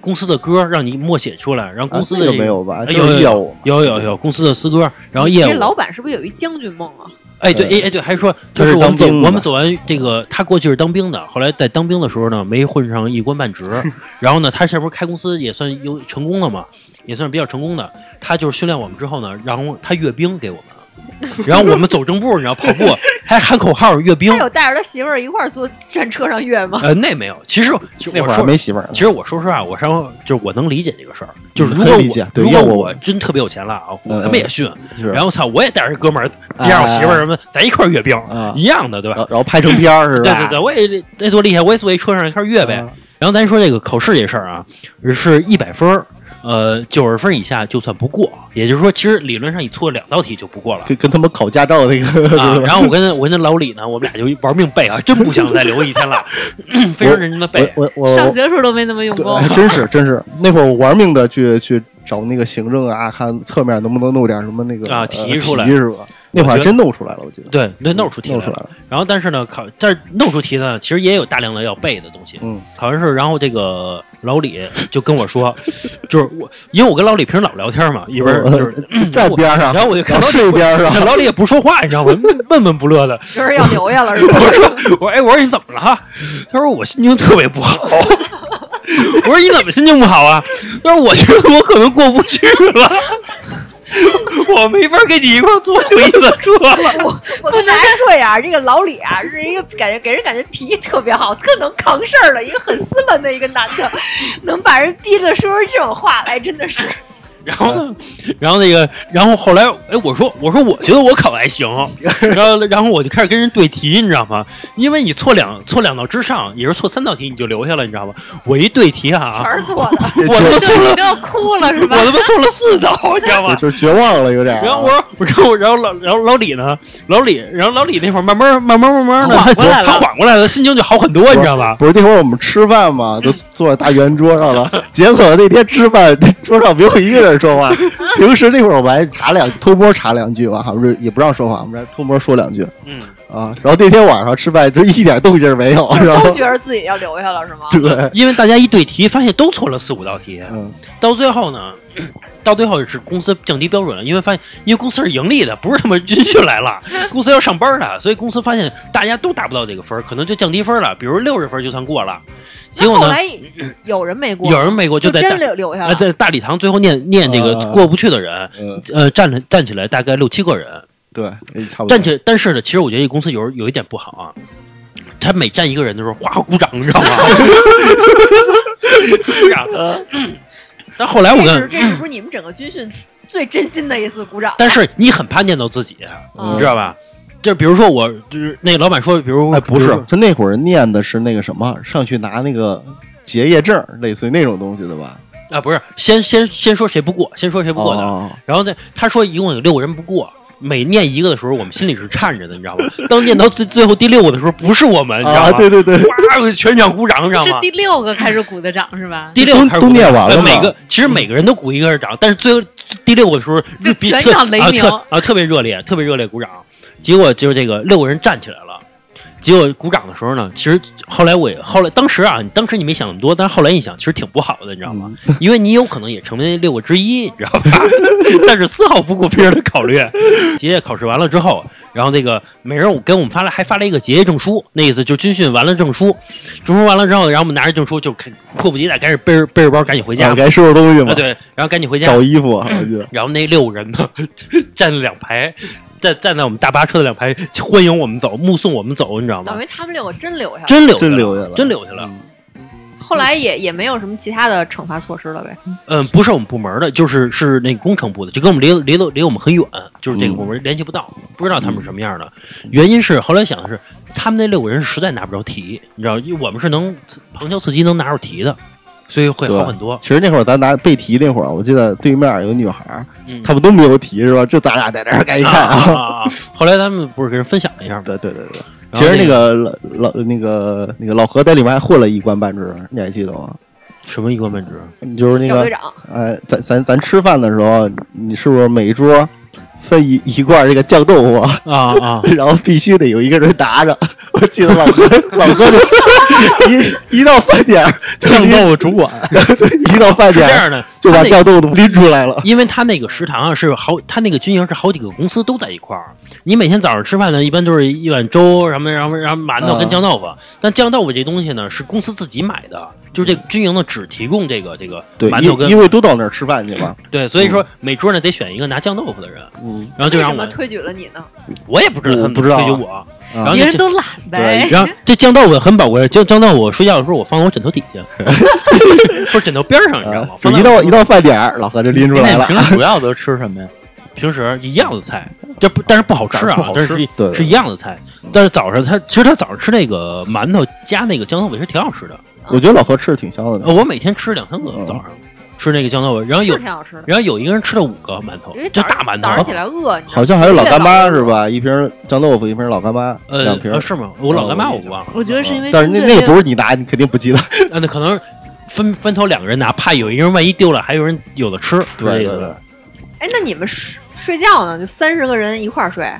A: 公司的歌让你默写出来，然后公司
B: 啊
A: 的这
B: 那个
A: 个、
B: 没有吧？
A: 哎
B: 就
A: 有
B: 是业务嘛，
A: 有有有公司的撕歌，然后业
D: 这
A: 务，
D: 老板是不是有一将军梦啊？
A: 哎对哎哎对，还说就是
B: 这是
A: 我们
B: 当
A: 走
B: 兵的
A: 我们走完这个，他过去是当兵的，后来在当兵的时候呢，没混上一官半 职，然后呢，他这不是开公司也算有成功了嘛，也算是比较成功的，他就是训练我们之后呢，然后他阅兵给我们。然后我们走正步，你知道跑步还喊口号阅兵
D: 他，有带着他媳妇儿一块儿坐战车上越吗？
A: 呃，那没有。其实其实
B: 那
A: 我
B: 会儿
A: 说
B: 还没媳妇儿呢
A: 其。实我说实话，我上就是我能理解这个事儿，就是如
B: 可
A: 果
B: 以
A: 我
B: 理解对
A: 如果
B: 要我
A: 我真特别有钱了啊，我
B: 嗯
A: 他妈也训，
B: 是
A: 然后操我也带着哥们儿，第二我媳妇儿什么，咱一块儿阅兵
B: 啊
A: 一样的，对
B: 然
A: 吧
B: 后？然后拍成片儿是
A: 对
B: 吧？
A: 对对，我也得多厉害，我也坐一车上一块儿阅呗
B: 啊。
A: 然后咱说这个考试这事儿啊，是一百分儿，呃，九十分以下就算不过，也就是说，其实理论上你错两道题就不过了。
B: 跟跟他们考驾照那个
A: 啊，然后我跟我跟那老李呢，我们俩就玩命背啊，真不想再留一天 了，非常认真的背。
B: 我我我
E: 上学的时候都没那么用
B: 对，
E: 功
B: 还，真是真是，那会儿我玩命的去去找那个行政啊，看侧面能不能弄点什么那个
A: 啊
B: 呃
A: 提出来
B: 提是吧？那会
A: 我觉
B: 儿还
A: 得
B: 真弄出来了，我记得。
A: 对，那弄出题
B: 弄
A: 来
B: 出
A: 了
B: 来。了，
A: 然后但是呢，考但是弄出题呢，其实也有大量的要背的东西。
B: 嗯，
A: 考完试，然后这个老李就跟我 说，就是我，因为我跟老李平时老聊天嘛，一边儿就是，嗯
B: 在边上，
A: 然后我就看
B: 然后睡边上，
A: 老李也不说话，你知 道吗？闷闷不乐的。
D: 就是要留下 了是吧？
A: 我说，我说，哎，我说你怎么了？他说我心情特别 不好。我说你怎么心情不好啊？他说我觉得我可能过不去了。 我没法跟你一块儿做就一个说了。
D: 我跟大家说一下，这个老李啊，是一个感觉给人感觉脾气特别好、特能扛事儿的一个很斯文的一个男的，能把人逼着说出这种话来，真的是。
A: 然后呢，然后那个，然后后来，哎，我说，我说，我觉得我考的还行，然后，然后我就开始跟人对题，你知道吗？因为你错两错两道之上，也是错三道题你就留下了，你知道吗？我一对题啊，
D: 全是 错的，
A: 我他妈 错
E: 你
A: 了，
E: 都要哭了是
A: 我
E: 吧？
A: 他妈错了四道，你 知道
B: 我
A: 吗？
B: 就绝望了，有点儿。啊
A: 然后我，然后然后老然后老李呢，老李，然后老李那会儿慢慢慢慢慢慢的
E: 缓过来了
A: 他缓过来了，心情就好很多，你知道吧？
B: 不是那会儿我们吃饭嘛，就坐在大圆桌上了。结果那天吃饭，桌上没有一个人说话。平时那会儿我们还查两偷摸查两句吧，好像是也不让说话，我们还偷摸说两句
A: 嗯，
B: 啊。然后那天晚上吃饭，就一点动静没有。然
D: 都
B: 后
D: 觉得自己要留下了是吗？
B: 对，
A: 因为大家一对题，发现都错了四五道题，
B: 嗯，
A: 到最后呢， 到最后是公司降低标准了，因为发现因为公司是盈利的，不是他妈军训来 了，公司要上班的，所以公司发现大家都达不到这个分儿，可能就降低分儿了，比如六十分儿就算过了，结
D: 那
A: 果
D: 后
A: 呢，
D: 来有人没过，
A: 有人没过
D: 就
A: 在
D: 真
A: 大
D: 留留下
A: 啊
D: 了。
A: 在大礼堂最后念念这个
B: 啊
A: 过不去的人，
B: 嗯
A: 呃站了站起来大概六七个人，
B: 对，也差不多
A: 站。起来，但是呢，其实我觉得这公司有有一点不好啊。他每站一个人的时候，哗鼓掌，你知道吗？ 鼓掌。但后来我
D: 这是
A: 跟，
D: 这是不是你们整个军训最真心的一次鼓掌？
A: 但是你很怕念叨自己，
D: 嗯
A: 你知道吧？就比如说我，就是那个老板说，比如
B: 哎，不
A: 比如
B: 是
A: 说，
B: 他那会儿念的是那个什么，上去拿那个结业证，类似于那种东西的吧？
A: 啊，不是，先先先说谁不过，先说谁不过的。
B: 哦
A: 然后呢，他说一共有六个人不过，每念一个的时候，我们心里是颤着的，你知道吗？当念到最最后第六个的时候，不是我们，你知道吗？
B: 啊，对对对，
A: 哗，全场鼓掌，你知道
E: 是
A: 吗？
E: 第六个开始鼓的掌是吧？
A: 第六个
B: 都
A: 开始
B: 都
A: 鼓
B: 念完了
A: 呃
B: 吗
A: 每个其实每个人都鼓一个人掌，但是最后第六个的时候，
E: 就
A: 比
E: 全
A: 特
E: 场雷鸣
A: 啊特啊，特别热烈，特别热烈鼓掌。结果就是这个六个人站起来了。结果鼓掌的时候呢，其实后来我也后来当时啊，当时你没想那么多，但是后来一想，其实挺不好的，你知道吗？因为你有可能也成为六个之一，你知道吧？ 但是丝毫不顾别人的考虑。 结业考试完了之后，然后那个每人我给我们发了还发了一个结业证书，那意思就是军训完了证书，证书完了之后，然后我们拿着证书就开迫不及待赶紧背着背着包赶紧回家。
B: 啊该收拾东西
A: 啊，
B: 嘛，
A: 对，嗯然后赶紧回家
B: 找。衣服，我记得。
A: 然后那六个人呢，站了两排，站站在我们大巴车的两排，欢迎我们走，目送我们走，你知道
D: 等
A: 吗？
D: 于他们六个真留下了，
A: 真留下
B: 真
A: 了
B: 留下了嗯
A: 真留下了。
D: 后来也也没有什么其他的惩罚措施了呗。
A: 嗯，不是我们部门的，就是是那个工程部的，就跟我们离离得离我们很远，就是这个
B: 嗯
A: 部门联系不到，不知道他们是什么样的。原因是后来想的是，他们那六个人实在拿不着题，你知道，因为我们是能旁敲侧击能拿着题的，所以会
B: 对
A: 好很多。
B: 其实那会儿咱拿背题那会儿，我记得对面有个女孩儿，
A: 嗯，
B: 他们都没有题是吧？就咱俩在那儿干一看
A: 啊啊。啊 啊后来他们不是跟人分享了一下吗？
B: 对对对对，
A: 然后
B: 其实那个老老那个那个老何在里面还混了一官半职，你还记得吗？
A: 什么一官半职，
B: 就是那
D: 小队
B: 个
D: 长，
B: 呃，咱咱咱吃饭的时候，你是不是每一桌分一一罐这个酱豆腐，
A: 啊啊！
B: 然后必须得有一个人拿着？我记得老何老何就 一一到饭点儿就
C: 酱
B: 拎
C: 豆腐主管，
B: 一到饭
A: 是
B: 点
A: 这
B: 儿
A: 样的，
B: 就把
A: 他那
B: 酱豆腐拎出来了。
A: 因为他那个食堂啊是好，他那个军营是好几个公司都在一块儿。你每天早上吃饭呢，一般都是一碗粥，什么然后然后馒头跟
B: 嗯
A: 酱豆腐。但酱豆腐这东西呢，是公司自己买的，就是这个军营呢只提供这个这个
B: 对，
A: 馒头
B: 因
A: 跟
B: 因为都到那儿吃饭去 嘛。
A: 对，所以说每桌呢得选一个拿酱豆腐的人，
B: 嗯，
A: 然后就
D: 为什
A: 让
D: 么
A: 我
D: 推举了你呢？
A: 我也不知道他们
B: 我不知道啊
A: 推举我，
B: 然
A: 然后
E: 别
A: 这
E: 人都懒呗。
A: 然后这酱豆腐很宝贵，酱酱豆腐我睡觉的时候我放我枕头底下， 不是枕头边儿哎上，你知道吗
B: 啊？就一到一到饭点儿，老何就拎出来了。
C: 平 时主要都吃什么呀？
A: 平时一样的菜，这不但是不好吃啊，
B: 不好
A: 但
B: 吃
A: 是
B: 对对
A: 是一样的菜。但是早上他其实他早上吃那个馒头加那个酱豆腐也是挺好吃的，
B: 我觉得老何吃的挺香的
A: 呃，我每天吃两三个
B: 嗯
A: 早上吃那个酱豆腐，然啊后有
D: 是挺好吃的，
A: 然后有一个人吃了五个馒头
D: 因为，
A: 就
D: 早上
A: 大馒
D: 早上
A: 头
D: 起。来饿，你知道
B: 好像还有老干妈是
D: 吧？
B: 吧？一瓶酱豆腐，一瓶老干妈，
A: 呃
B: 两瓶
A: 呃。是吗？我老干妈
B: 哦
A: 我忘了，
E: 我觉得是因为
B: 但是那
E: 军队
B: 那个
E: 没有
B: 不是你拿，你肯定不记得。
A: 呃那可能分分头两个人拿，怕有一个人万一丢了，还有人有的吃，是这意思吧。
D: 哎，那你们睡睡觉呢？就三十个人一块儿睡，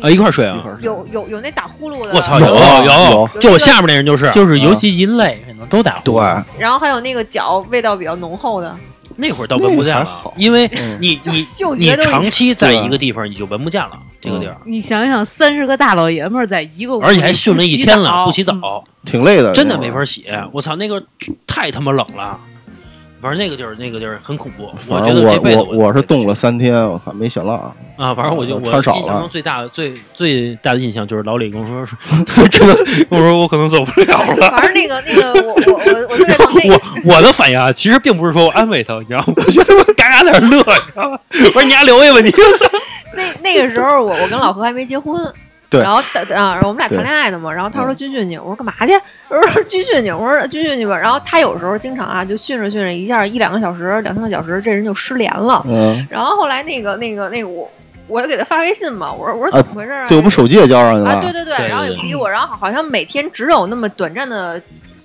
A: 呃，一块儿睡
B: 一
A: 啊！
B: 会儿
D: 有有有那打呼噜的，
A: 我操，
B: 有啊
A: 有啊
B: 有
A: 就我下面那人就是，啊
C: 就是尤其一类可能都打呼
B: 对，
C: 噜。
D: 然后还有那个脚味道比较浓厚的，
A: 那会儿倒闻不见
B: 那还
A: 了
B: 好，
A: 因为
B: 嗯
A: 你
D: 就
A: 你
D: 嗅
A: 你
D: 觉都已经
A: 长期在
B: 对
A: 一个地方，你就闻不见了这个地儿。
E: 你想想，三十个大老爷们儿在一个屋里，
A: 而且还训了一天嗯了，不洗
E: 嗯
A: 澡，
B: 挺累的，
A: 真的
B: 那会
A: 没
B: 儿
A: 法洗。我操，那个太他妈冷了。反正那个地儿那个地儿很恐怖，
B: 反
A: 觉
B: 正
A: 得
B: 我
A: 这辈子
B: 我我是冻
A: 了
B: 了三天，我操，没想到啊，
A: 啊，反正我就
B: 我
A: 我
B: 穿少
A: 印象
B: 了
A: 中最大最最大的印象就是老李跟我说， 真的跟我说我可能走不了了。
D: 反正那个那个我我我我特别疼那个。
A: 我我的反应啊，其实并不是说我安慰他，你知道吗？我觉得我嘎嘎在那儿乐，你知道吗？我说你丫留下吧， 你
D: 那那个时候我我跟老何还没结婚，
B: 对
D: 然后他啊，我们俩
B: 对嗯
D: 谈恋爱呢嘛，然后他说军训去，我说干嘛去？我说军训去，我说军训去吧。然后他有时候经常啊，就训着训着一下一两个小时、两三个小时，这人就失联了。
B: 嗯，
D: 然后后来那个那个那个我我就给他发微信嘛，我说我说
B: 啊
D: 怎么回事啊？
B: 对我们手机也交上去
D: 啊，对
B: 了，
D: 对对，
A: 对对
D: 然后也
A: 对
D: 不理我，然后好像每天只有那么短暂的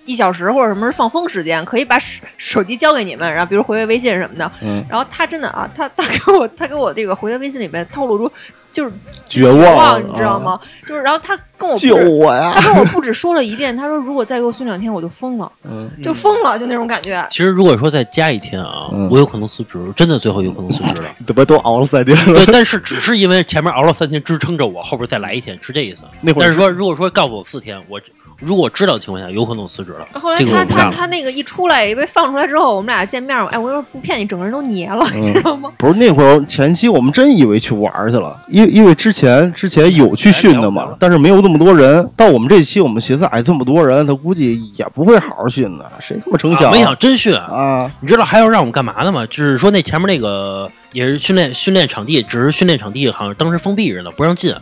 D: 一小时或者什么是放风时间，可以把手手机交给你们，然后比如回回微信什么的。
B: 嗯，
D: 然后他真的啊，他他给我他给我这个回的微信里面透露出就是
B: 绝
D: 哇，
B: 望，啊
D: 你知道吗？就是然后他跟我不
B: 救
D: 止
B: 我呀！
D: 他跟我不止说了一遍，他说如果再给我训两天我就疯了，
B: 嗯，
D: 就疯了，就那种感觉。
A: 其实如果说再加一天啊，
B: 嗯
A: 我有可能辞职，真的最后有可能辞职了。
B: 怎么都熬了三天 了？
A: 对，但是只是因为前面熬了三天支撑着我，后边再来一天是这意思。
B: 那会儿
A: 但是说如果说告诉我四天，我如果知道的情况下，有可能我辞职了。
D: 后来
A: 这个
D: 他
A: 我不
D: 他
A: 干了
D: 他那个一出来被放出来之后，我们俩见面，哎，我说不骗你，整个人都 黏了，
B: 嗯
D: 你知道吗？
B: 不是那会儿前期我们真以为去玩儿去了，因因为之前之前有去训的
A: 哎聊不
B: 嘛
A: 了，
B: 但是没有那么多人。到我们这期，我们寻思，哎，这么多人，他估计也不会好好训的，谁他妈成想
A: 啊没想真训，
B: 啊？
A: 你知道还要让我们干嘛的吗？就是说那前面那个也是训练训练场地，只是训练场地好像当时封闭着呢，不让进。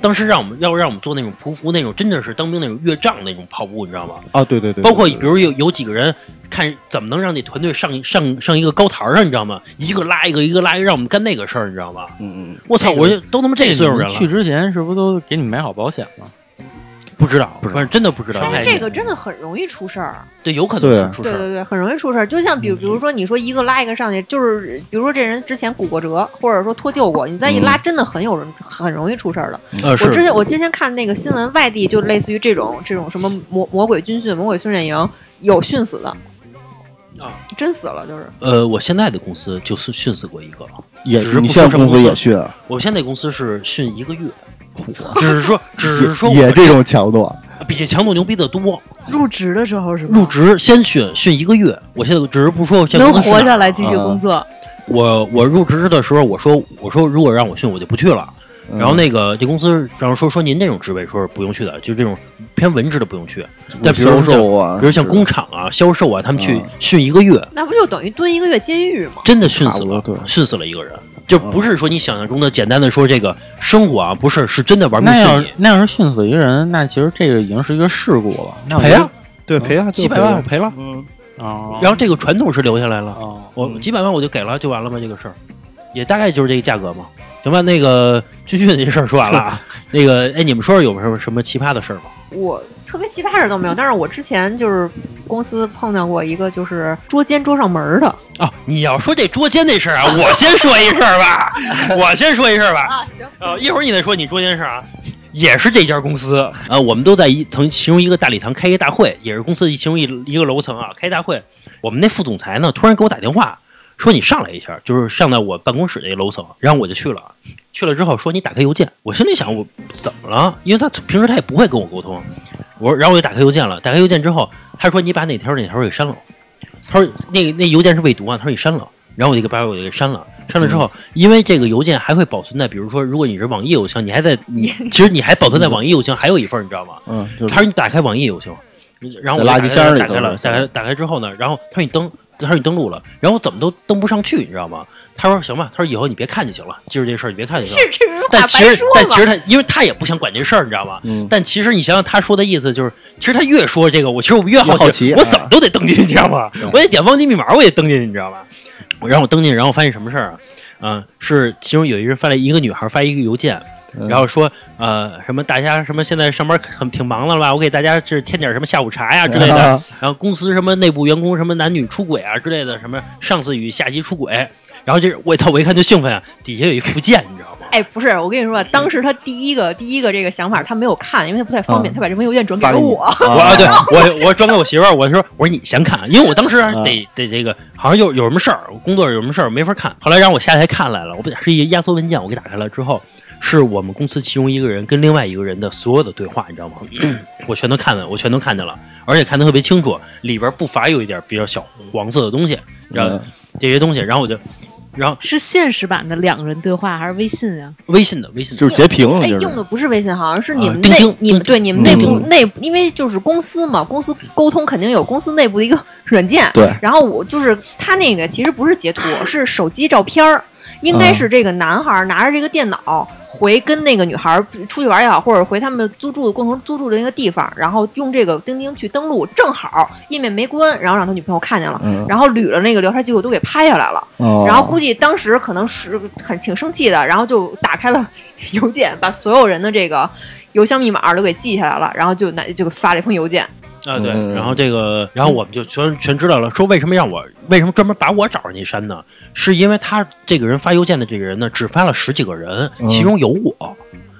A: 当时让我们要让我们做那种匍匐那种，真的是当兵那种越障那种跑步，你知道吗？
B: 啊，对对对，
A: 包括
B: 对
A: 比如有有几个人看怎么能让那团队上上上一个高台儿上，你知道吗？一个拉一个，一个拉一个，让我们干那个事儿，你知道吗？
B: 嗯嗯，
A: 我操！
C: 这个
A: 我就都他妈这岁数人
C: 去
A: 了，
C: 之前是不是都给你买好保险了？
A: 不知道，
B: 不知道
A: 反正真的不知道哎
C: 伤害。
D: 这个真的很容易出事儿，
A: 对，有可
B: 对
A: 能
B: 啊
A: 是出事
D: 对
A: 儿。
D: 对对，很容易出事儿。就像比如比如说你说一个拉一个上去，就是比如说这人之前骨过折，或者说脱臼过，你再一拉，真的很有人很容易出事儿的。
A: 呃，
D: 我之
A: 是
D: 前我之前看那个新闻，外地就类似于这种这种什么魔魔鬼军训、魔鬼训练营，有训死的，
A: 啊，
D: 真死了就是。
A: 呃，我现在的公司就是训死过一个，
B: 也
A: 只是不
B: 你现在
A: 出什么
B: 公司
A: 事
B: 也
A: 儿
B: 训啊，
A: 我现在公司是训一个月，只是说只是说
B: 也
A: 我
B: 也这种强度，啊
A: 比强度牛逼的多。
E: 入职的时候是
A: 入
E: 吗？
A: 职先训训一个月，我现在只是不说现在
E: 能
A: 公司是
E: 活
A: 哪
E: 下
A: 儿
E: 来
A: 啊
E: 继续工作，
A: 我我入职的时候，我说我说如果让我训，我就不去了。
B: 嗯
A: 然后那个这公司，然后说说您这种职位说是不用去的，就这种偏文职的不用去。但比如
B: 销
A: 说像
B: 售啊，
A: 比如像
B: 嗯是
A: 工厂啊、销售啊，他们去
B: 嗯
A: 训一个月，
D: 那不就等于蹲一个月监狱吗？
A: 真的训
B: 差
A: 死
B: 不多
A: 了
B: 对，
A: 训死了一个人。就不是说你想象中的简单的说这个生活啊，不是，是真的玩命
C: 那要
A: 训
C: 是那要是训死一个人，那其实这个已经是一个事故了。那
A: 你，
C: 我觉
A: 赔
C: 得
A: 啊，
B: 对赔啊，就
A: 几百
B: 赔
A: 万
B: 啊
A: 我赔了。
B: 嗯，
C: 哦，
A: 然后这个传统是留下来了，
C: 哦，
A: 我
B: 嗯
A: 几百万我就给了，就完了吗？这个事儿，也大概就是这个价格嘛。行吧，那个军训这事儿说完了 啊。那个，哎，你们说说有没有什么什么奇葩的事儿吗？
D: 我特别奇葩事儿都没有，但是我之前就是公司碰到过一个就是捉奸捉上门儿的
A: 啊，你要说这捉奸那事儿啊，我先说一事儿 吧，我先说一事儿吧。
D: 啊，行，
A: 呃，一会儿你再说你捉奸事儿啊，也是这家公司啊、我们都在一层其中一个大礼堂开一个大会，也是公司其中一一个楼层啊，开大会。我们那副总裁呢，突然给我打电话说你上来一下，就是上到我办公室那楼层，然后我就去了。去了之后说你打开邮件，我心里想我怎么了？因为他平时他也不会跟我沟通，我说然后我就打开邮件了，打开邮件之后他说你把哪条哪条给删了，他说那个那邮件是未读啊，他说你删了，然后我就给把我就给删了，删了之后，因为这个邮件还会保存在，比如说如果你是网易邮箱，你还在你 其实你还保存在网易邮箱还有一份儿，你知道吗？
B: 嗯，就是
A: 他说你打开网易邮箱，然后我
B: 在垃圾箱里
A: 打开
B: 头
A: 了，打开打开之后呢，然后他说你登，他说你登录了，然后我怎么都登不上去，你知道吗？他说行吧，他说以后你别看就行了，记住这事儿你别看就行了。
D: 是这人话
A: 但其
D: 白
A: 实
D: 说
A: 但其
D: 嘛。
A: 实他因为他也不想管这事儿，你知道吗？
B: 嗯，
A: 但其实你想想，他说的意思就是，其实他越说这个，我其实我越好
B: 越好奇嗯
A: 我
B: 啊
A: 怎么都得登进去，你知道吗
B: 对？
A: 我得点忘记密码，我也登进去，你知道吧？我让我登进去，然后发现什么事儿啊？嗯、是其中有一人发了一个女孩发一个邮件，
B: 嗯
A: 然后说呃什么大家什么现在上班很挺忙了吧？我给大家这添点什么下午茶呀之类的，
B: 啊
A: 然后公司什么内部员工什么男女出轨啊之类的，什么上司与下级出轨，然后这我操，我一看就兴奋啊，底下有一附件，你知道吗？
D: 哎，不是，我跟你说，当时他第一个第一个这个想法，他没有看，因为他不太方便，
B: 嗯
D: 他把这封邮件转给
B: 发
D: 了
B: 给你
D: 我。
A: 我
B: 啊
A: 啊，对我我转给我媳妇儿，我说我说你先看，因为我当
B: 啊
A: 时还得得这个好像有有什么事儿，我工作有什么事儿没法看。后来让我下台看来了，我不是一压缩文件，我给打开了之后，是我们公司其中一个人跟另外一个人的所有的对话，你知道吗？ 我全都看了，我全都看见了，而且看得特别清楚，里边不乏有一点比较小黄色的东西，然后
B: 嗯
A: 这些东西，然后我就，然后
E: 是现实版的两人对话还是微信呀、
A: 微信的微信的
B: 就是截屏了，
D: 哎，
B: 就
D: 用
B: 是
D: 的不是微信，好像是你们
A: 啊钉钉
D: 内你们对你们内部
B: 嗯
D: 内部，因为就是公司嘛，公司沟通肯定有公司内部的一个 软件。
B: 对
D: 然后我就是他那个其实不是截图，是手机照片儿，应
A: 啊
D: 该是这个男孩儿拿着这个电脑。回跟那个女孩儿出去玩也好，或者回他们租住共同租住的那个地方，然后用这个钉钉去登录，正好页面没关，然后让他女朋友看见了，
B: 嗯
D: 然后捋了那个聊天记录都给拍下来了。
B: 哦
D: 然后估计当时可能是很挺生气的，然后就打开了邮件，把所有人的这个邮箱密码都给记下来了，然后就拿就发了一封邮件。
A: 啊，对，
B: 嗯
A: 然后这个，然后我们就全全知道了，说为什么让我为什么专门把我找上去删呢？是因为他这个人发邮件的这个人呢，只发了十几个人，
B: 嗯
A: 其中有我，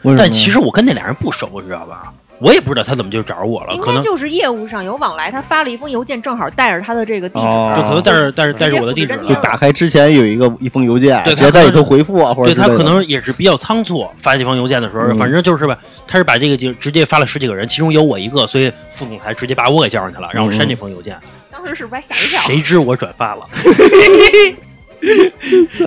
B: 为什么
A: 但其实我跟那俩人不熟，你知道吧？我也不知道他怎么就找
B: 啊
A: 我了，
D: 应
A: 可
D: 该
A: 能就
D: 就是业务上有往来，他发了一封邮件，正好带着他的这个地址。
B: 哦
A: 可能带着带着
D: 直接
A: 带着我的
D: 复制
A: 地址
D: 粘
A: 了
D: 贴
B: 就打开之前有一个一封邮件，
A: 对
B: 直
A: 他
B: 接在里头回复啊，或者
A: 对
B: 之
A: 他
B: 类的
A: 可能也是比较仓促发这封邮件的时候，
B: 嗯
A: 反正就是吧，他是把这个就直接发了十几个人，其中有我一个，所以副总裁直接把我给叫上去了，让我删
B: 嗯
A: 这封邮件。
D: 当时是不是还吓一跳？
A: 谁知我转发了，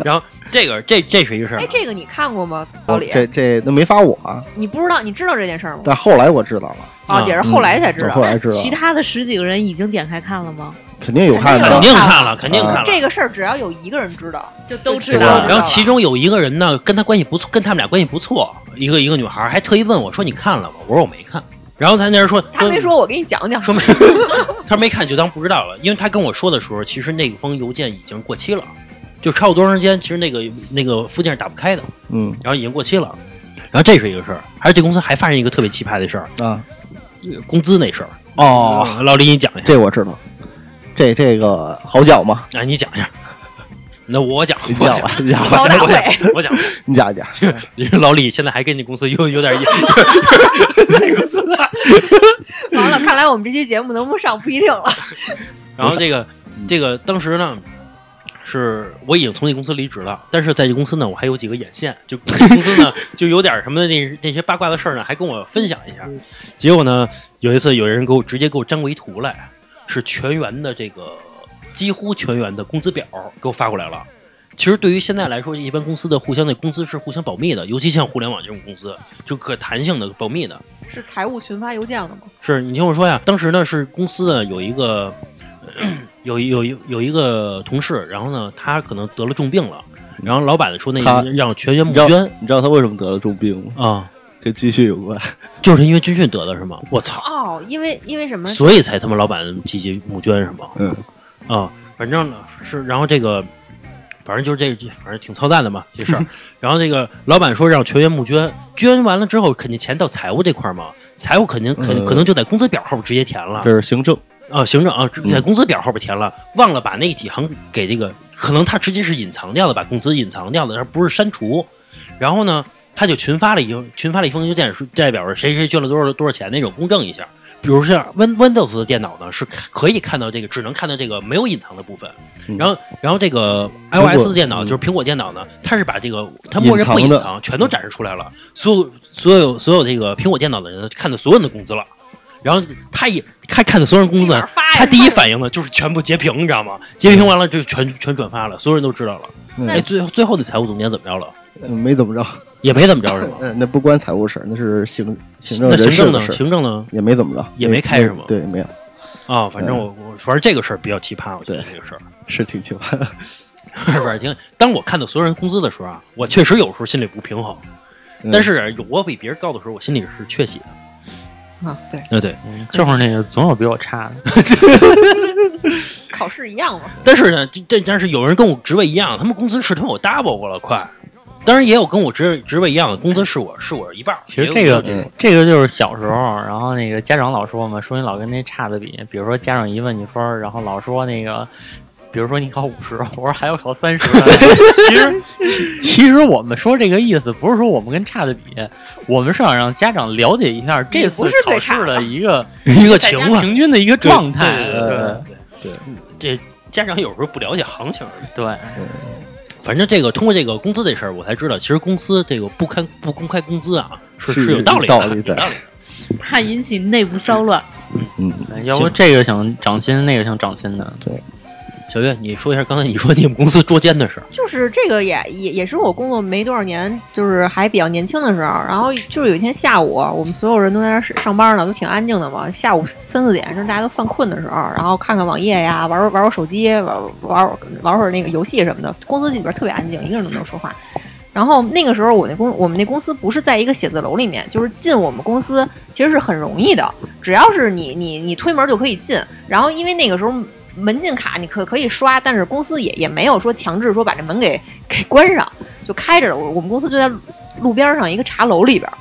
A: 然后这个这这是一个事儿啊
D: 哎，，这个你看过吗，老
B: 哦
D: 李？
B: 这这都没发我啊，
D: 你不知道，你知道这件事儿吗？
B: 但后来我知道了，
A: 啊
D: 啊，也是后来才知
B: 我
D: 道
B: 嗯后。来知道了
E: 其他的十几个人已经点开看了吗？
B: 肯定有看
D: 肯
B: 的啊
A: 肯，定看了，肯定看了。
D: 这个事儿只要有一个人知道，
E: 就都知
B: 道
E: 道
B: 了
E: 了。
A: 然后其中有一个人呢，跟他关系不错，跟他们俩关系不错，一个一个女孩儿还特意问我说：“你看了吗？”我说：“我没看。”然后他那人说：“
D: 他没说，我给你讲 讲。
A: 说没，他没看就当不知道了。”因为他跟我说的时候，其实那封邮件已经过期了，就超过多长时间，其实那个那个附件是打不开的，
B: 嗯
A: 然后已经过期了。然后这是一个事儿，而且这公司还发生一个特别奇葩的事儿，
B: 啊
A: 工资那事儿。
B: 哦，
A: 嗯老李你讲一下，
B: 这我知道，这这个好讲吗？
A: 哎，你讲一下。那我讲，
B: 你
A: 我
B: 讲
A: 讲，
B: 吧，你讲吧，
D: 老
A: 我
D: 大
A: 讲，我
D: 会
A: 讲，我讲。
B: 你讲讲，
A: 你说老李现在还跟你公司有有点意，
D: 完了，看来我们这期节目能不能上不一定了。
A: 然后这个这个当时呢，是我已经从那公司离职了，但是在这公司呢，我还有几个眼线，就这公司呢就有点什么的那那些八卦的事儿呢，还跟我分享一下。结果呢，有一次有人给我直接给我粘过一图来，是全员的这个几乎全员的工资表给我发过来了。其实对于现在来说，一般公司的互相的工资是互相保密的，尤其像互联网这种公司，就可弹性的保密的。
D: 是财务群发邮件了吗？
A: 是你听我说呀，当时呢是公司呢有一个 咳有一有一有一个同事，然后呢他可能得了重病了，然后老板说那
B: 他
A: 让全员募
B: 你知道
A: 捐
B: 你知道他为什么得了重病吗？
A: 啊，
B: 跟军训有关，
A: 就是因为军训得的是吗？我操，
D: 哦，因为因为什么？
A: 所以才他妈老板积极募捐是吗？
B: 嗯
A: 啊，反正呢是，然后这个反正就是这个，反正挺操蛋的嘛这事儿。然后这个老板说让全员募捐，捐完了之后肯定钱到财务这块儿嘛，财务肯定肯、
B: 嗯
A: 可能就在工资表后边直接填了。
B: 这是行政，
A: 啊，行政啊，只
B: 嗯
A: 在工资表后边填了，忘了把那几行给这个，可能他直接是隐藏掉的，把工资隐藏掉的，而不是删除。然后呢，他就群发了一群发了一封邮件，说代表着谁谁捐了多少多少钱那种公证一下。比如像 Win Windows 的电脑呢，是可以看到这个，只能看到这个没有隐藏的部分。
B: 嗯
A: 然后，然后这个
B: 苹果
A: iOS 的电脑
B: 嗯
A: 就是苹果电脑呢，它是把这个它默认不
B: 隐
A: 隐
B: 藏的
A: 藏，全都展示出来了。所有所有所有这个苹果电脑的人看到所有人的工资了，然后他也看看到所有人工资
D: 立
A: 呢
D: 马，发呀
A: 他第一反应呢就是全部截屏，你知道吗？截屏完了就全 全转发了，所有人都知道了。
B: 嗯
A: 哎，最后最后那财务总监怎么着了？
B: 嗯没怎么着，
A: 也没怎么着 是吗？
B: 嗯，那不关财务事儿，那是行行政
A: 那
B: 人
A: 行
B: 事
A: 政
B: 的
A: 呢？
B: 事儿，
A: 行政呢？
B: 也没怎么着，
A: 也没开是吗
B: 对，没有，
A: 啊、反正我我反正这个事儿比较奇葩，我觉得这个事儿。
B: 是挺奇葩的，
A: 是不是？挺当我看到所有人工资的时候啊，我确实有时候心里不平衡，
B: 嗯
A: 但是啊有我比别人高的时候，我心里是缺席的。
D: 啊，对，
A: 对对，
C: 就是那个总有比我差的。
D: 考试一样嘛。
A: 但是呢，这但是有人跟我职位一样，他们工资是他妈我 double 过了，快。当然也有跟我职职位一样的，工资是我是我一半儿。
C: 其实
A: 也
C: 这
A: 有
C: 个
B: 嗯
C: 这个就是小时候，然后那个家长老说嘛，说你老跟那差的比，比如说家长一问你分儿，然后老说那个，比如说你考五十，我说还要考三十，其实其其实我们说这个意思不是说我们跟差的比，我们是想让家长了解一下这
D: 你
C: 次
D: 不是
C: 考
D: 最差
C: 试的一个
A: 一个
C: 大
A: 情
C: 家
A: 况
C: 平均的一个状态，
A: 对对对对对对这家长有时候不了解行情而已。
C: 对，
A: 反正这个通过这个工资这事儿，我才知道，其实公司这个不开不公开工资啊，是
B: 是
A: 有道理的，
B: 有
A: 有
B: 道理的
A: 道理
E: 怕引起内部骚乱。
B: 嗯，
C: 哎要不这个想涨薪，那个想涨薪的，
A: 小月，你说一下刚才你说你们公司捉奸的事儿，
D: 就是这个也也也是我工作没多少年，就是还比较年轻的时候，然后就是有一天下午，我们所有人都在那儿上班呢，都挺安静的嘛。下午三四点，就是大家都犯困的时候，然后看看网页呀，玩玩玩手机，玩玩玩会儿那个游戏什么的。公司里边特别安静，一个人都没有说话。然后那个时候，我那公我们那公司不是在一个写字楼里面，就是进我们公司其实是很容易的，只要是你你你推门就可以进。然后因为那个时候门禁卡你可可以刷，但是公司也也没有说强制说把这门给给关上，就开着的。我我们公司就在路边上一个茶楼里边儿，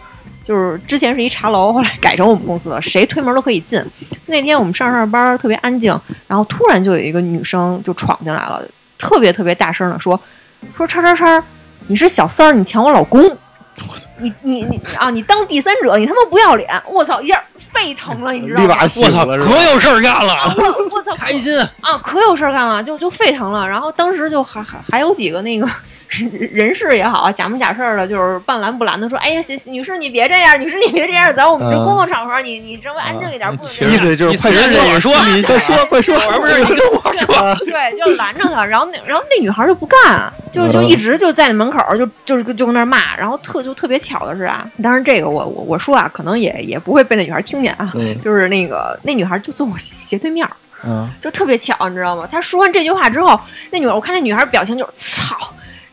D: 就是之前是一茶楼，后来改成我们公司了， 谁推门都可以进。那天我们上上班儿特别安静，然后突然就有一个女生就闯进来了，特别特别大声的说说叉叉叉，你是小三儿，你抢我老公。你你你啊！你当第三者，你他妈不要脸！我操，一下沸腾了，你知道
B: 嗯 立
D: 吗
B: 马？醒
A: 我操，哎
B: 了是吧？
A: 可有事儿干了，
D: 我我操！
A: 开心。
D: 啊，可有事儿干了，就就沸腾了。然后当时就还还还有几个那个人事也好啊，假模假式儿的，就是半拦不拦的说：“哎呀，行，女士你别这样，女士你别这样，咱我们这
B: 嗯
D: 工作场合，你你稍微安静一点，不能这
B: 意
D: 样。”
B: 思就是
A: 你
B: 快
A: 私
B: 点
A: 人跟我说
B: 你快说快说，
A: 我不是你跟我说，
D: 对，就拦着他，然后那然后那女孩就不干，啊就就
B: 嗯
D: 一直就在那门口儿就就就就跟那儿骂，然后特就特别巧的是啊，当然这个我我我说啊，可能也也不会被那女孩听见啊，
B: 嗯
D: 就是那个那女孩就坐我斜斜对面儿，
B: 嗯，
D: 就特别巧，你知道吗？他说完这句话之后，那女孩，我看那女孩表情就是操，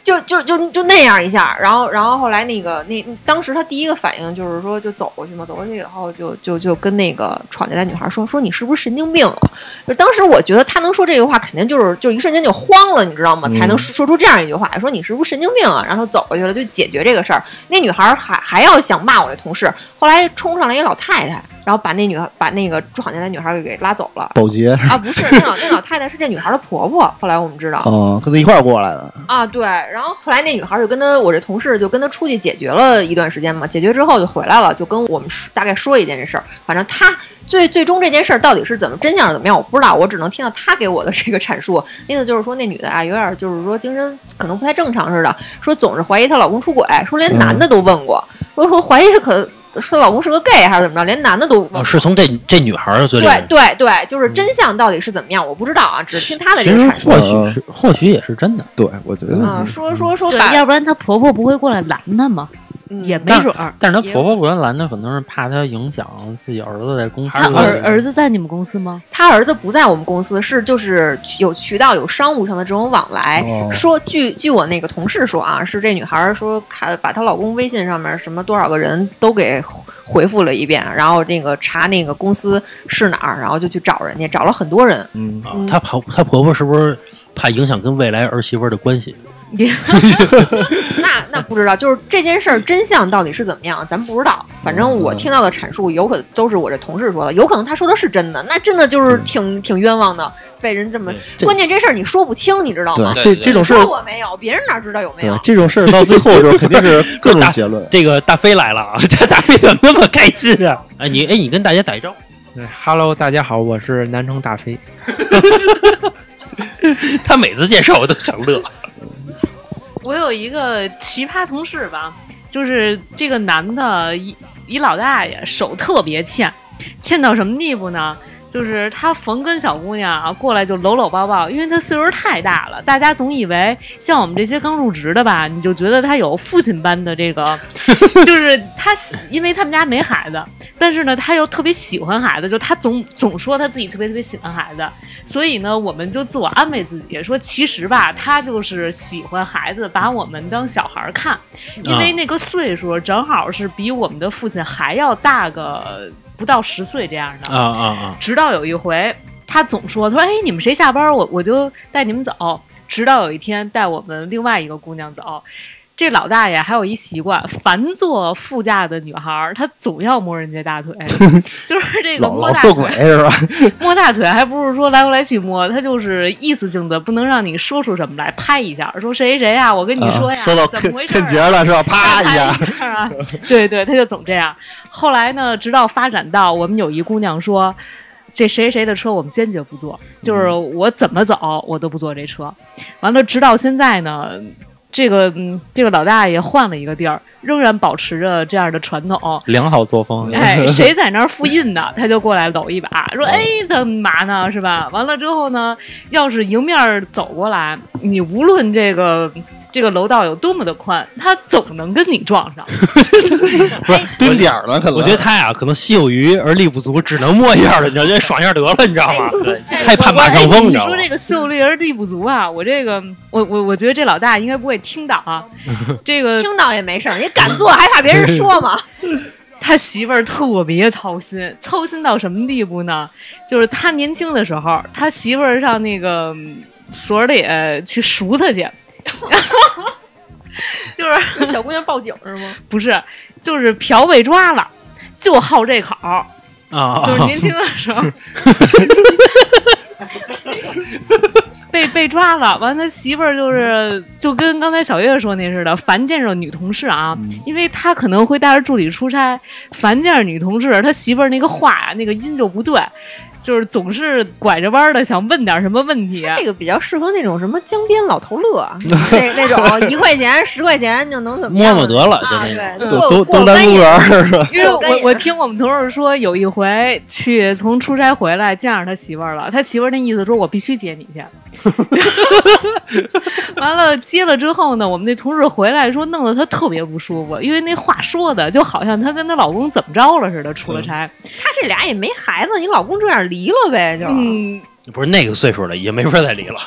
D: 就就就就那样一下。然后，然后后来那个那当时他第一个反应就是说就走过去嘛，走过去以后就就就跟那个闯进来女孩说说你是不是神经病啊？就当时我觉得他能说这句话，肯定就是就一瞬间就慌了，你知道吗？才能说说出这样一句话，说你是不是神经病啊？然后走过去了，就解决这个事儿。那女孩还还要想骂我那同事，后来冲上来一老太太，然后把那女孩把那个闯进来女孩给给拉走了。
B: 保洁
D: 啊，不是，那老那老太太是这女孩的婆婆。后来我们知道
B: 哦，跟他一块儿过来的，
D: 啊，对。然后后来那女孩就跟她，我这同事就跟她出去解决了一段时间嘛，解决之后就回来了，就跟我们说大概说一件这事儿。反正她最最终这件事儿到底是怎么真相是怎么样，我不知道，我只能听到她给我的这个阐述。意思就是说那女的啊，有点就是说精神可能不太正常似的，说总是怀疑她老公出轨，说连男的都问过，说说怀疑她可说她老公是个 gay 还是怎么着，连男的都问过。
A: 哦，是从这这女孩儿的嘴里
D: 嗯
A: 啊
D: 对对对，就是真相到底是怎么样，我不知道啊，只
B: 嗯
D: 听她的
C: 其
D: 这个
C: 实
D: 阐述。
C: 或许是或许也是真的，
B: 对我觉得
D: 啊，说说说
E: 嗯对，
D: 把
E: 要不然她婆婆不会过来拦她嘛，
D: 嗯
E: 也没准儿。
C: 但是她
D: 也
C: 婆婆不原拦她，可能是怕她影响自己儿子在公司
E: 她
C: 里。
A: 嗯
E: 儿儿子在你们公司吗？
D: 他儿子不在我们公司，是就是有渠道有商务上的这种往来。
B: 哦
D: 说据据我那个同事说啊，是这女孩儿说看把她老公微信上面什么多少个人都给回复了一遍，然后那个查那个公司是哪儿，然后就去找人家，找了很多人。
B: 嗯，
A: 啊，她婆她婆婆是不是怕影响跟未来儿媳妇儿的关系？
D: 那那不知道，就是这件事儿真相到底是怎么样，咱不知道。反正我听到的阐述，有可能都是我这同事说的，有可能他说的是真的，那真的就是挺挺冤枉的，被人这么
A: 对。
B: 这
D: 关键这事儿你说不清，你知道吗？
A: 对
B: 对，这
A: 对。
B: 这种事
D: 说
B: 儿，
D: 我没有，别人哪知道有没
B: 对
D: 有？
B: 这种事儿到最后就是肯定是各种结论
A: 这个大飞来了啊， 这大飞怎么那么开心啊？哎，你哎，你跟大家打一招呼，
F: 对，Hello，大哎家好，我是南城大飞。
A: 他每次介绍我都想乐。
E: 我有一个奇葩同事吧，就是这个男的，一一老大爷，手特别欠，欠到什么地步呢？就是他逢跟小姑娘啊过来就搂搂抱抱，因为他岁数太大了，大家总以为像我们这些刚入职的吧，你就觉得他有父亲般的这个， 就是他喜，因为他们家没孩子，但是呢，他又特别喜欢孩子，就他总总说他自己特别特别喜欢孩子，所以呢，我们就自我安慰自己说，其实吧，他就是喜欢孩子，把我们当小孩儿看，因为那个岁数正好是比我们的父亲还要大个不到十岁这样的。
A: 啊啊 啊！
E: 直到有一回，他总说，他说：“哎，你们谁下班，我我就带你们走。”直到有一天带我们另外一个姑娘走。这老大爷还有一习惯，凡坐副驾的女孩儿，他总要摸人家 大腿，就是这个
B: 老
E: 摸
B: 老
E: 大
B: 色
E: 腿。
B: 鬼是吧？
E: 摸大腿还不是说来回来去摸，他就是意思性的，不能让你说出什么来，拍一下，说谁谁谁啊，我跟你说呀，
B: 说到
E: 怎
B: 看
E: 么回事、
B: 看
E: 啊？
B: 节了是吧？啪
E: 拍
D: 哎
B: 一下，
E: 一下啊，对对，他就总这样。后来呢，直到发展到我们有一姑娘说。这谁谁的车我们坚决不坐，就是我怎么走我都不坐这车。完了，直到现在呢，这个嗯，这个老大爷换了一个地儿，仍然保持着这样的传统。
C: 良好作风。
E: 哎，谁在那儿复印呢？他就过来搂一把，
B: 嗯
E: 说：“哎，怎么嘛呢？是吧？”完了之后呢，要是迎面走过来，你无论这个这个楼道有多么的宽，他总能跟你撞上。
D: 哎
B: 蹲点儿了，可能
A: 我觉得他呀，可能心有余而力不足，只能摸一下了，你知道， 就爽一下得了，你知道吗？对，害怕马上
E: 哎
A: 风，
E: 你
A: 知道
E: 说
A: 吗？
E: 这个秀丽而力不足啊，我这个，我我我觉得这老大应该不会听到 啊。这个
D: 听到也没事儿，你敢做还怕别人说吗？
E: 他媳妇儿特别操心，操心到什么地步呢？就是他年轻的时候，他媳妇儿上那个嗯所里呃去赎他去， 就是
D: 小姑娘报警是吗？
E: 不是就是嫖被抓了，就好这口儿，
A: 啊，
E: 就是年轻的时候。被被抓了，完他媳妇儿就是就跟刚才小月说那似的，凡见着女同事啊，因为他可能会带着助理出差，凡见着女同事，他媳妇儿那个话呀那个音就不对，就是总是拐着弯儿的想问点什么问题。
D: 这个比较适合那种什么江边老头乐，啊那那种一块钱、十块钱就能怎么
A: 摸
D: 样
A: 摸得了，就
D: 啊？
A: 那个。
D: 对，
B: 都
D: 过
B: 都
D: 过
B: 东单
D: 弯
B: 公
D: 也
B: 园儿
E: 因为
D: 我跟
E: 我
D: 你
E: 我听我们同事说，有一回去从出差回来见着他媳妇儿了，他媳妇儿那意思说我必须接你去。 完了接了之后呢，我们那同事回来说弄得她特别不舒服，因为那话说的就好像她跟她老公怎么着了似的，出了差。
D: 他这俩也没孩子，你老公这样离了呗，就
E: 嗯，
A: 不是那个 岁数了，也没法再离了。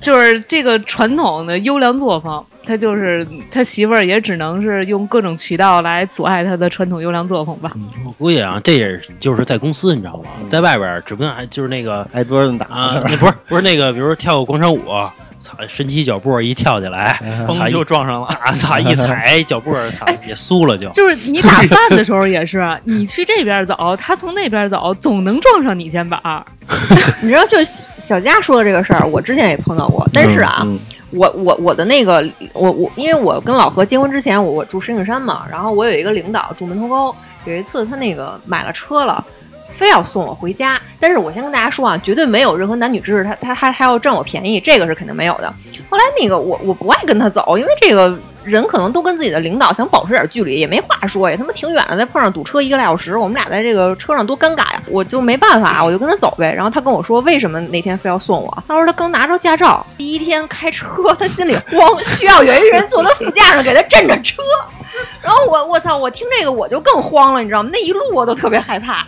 E: 就是这个传统的优良作风，他就是他媳妇儿也只能是用各种渠道来阻碍他的传统优良作风吧。
A: 我估计啊，这也是就是在公司，你知道吗？在外边儿，指不定还就是那个
B: 挨桌子打
A: 啊，那不是不是那个，比如说跳个广场舞，操，身体脚步儿一跳起来，操
C: 嘣就撞上了。
A: 啊，操一 踩脚步儿，操也酥了就。
E: 就是你打饭的时候也是， 你去这边走，他从那边走，总能撞上你肩膀。
D: 你知道，就小佳说的这个事儿，我之前也碰到过。但是啊，
B: 嗯
D: 我我我的那个我我，因为我跟老何结婚之前，我我住石景山嘛，然后我有一个领导住门头沟，有一次他那个买了车了。非要送我回家，但是我先跟大家说啊，绝对没有任何男女之事，他他他他要占我便宜，这个是肯定没有的。后来那个我我不爱跟他走，因为这个人可能都跟自己的领导想保持点距离，也没话说呀，他妈挺远的，再碰上堵车一个来小时，我们俩在这个车上多尴尬呀，我就没办法，我就跟他走呗。然后他跟我说为什么那天非要送我，他说他刚拿着驾照，第一天开车，他心里慌，需要有一人坐他副驾上给他震着车。然后我我操，我听这个我就更慌了，你知道吗？那一路我都特别害怕。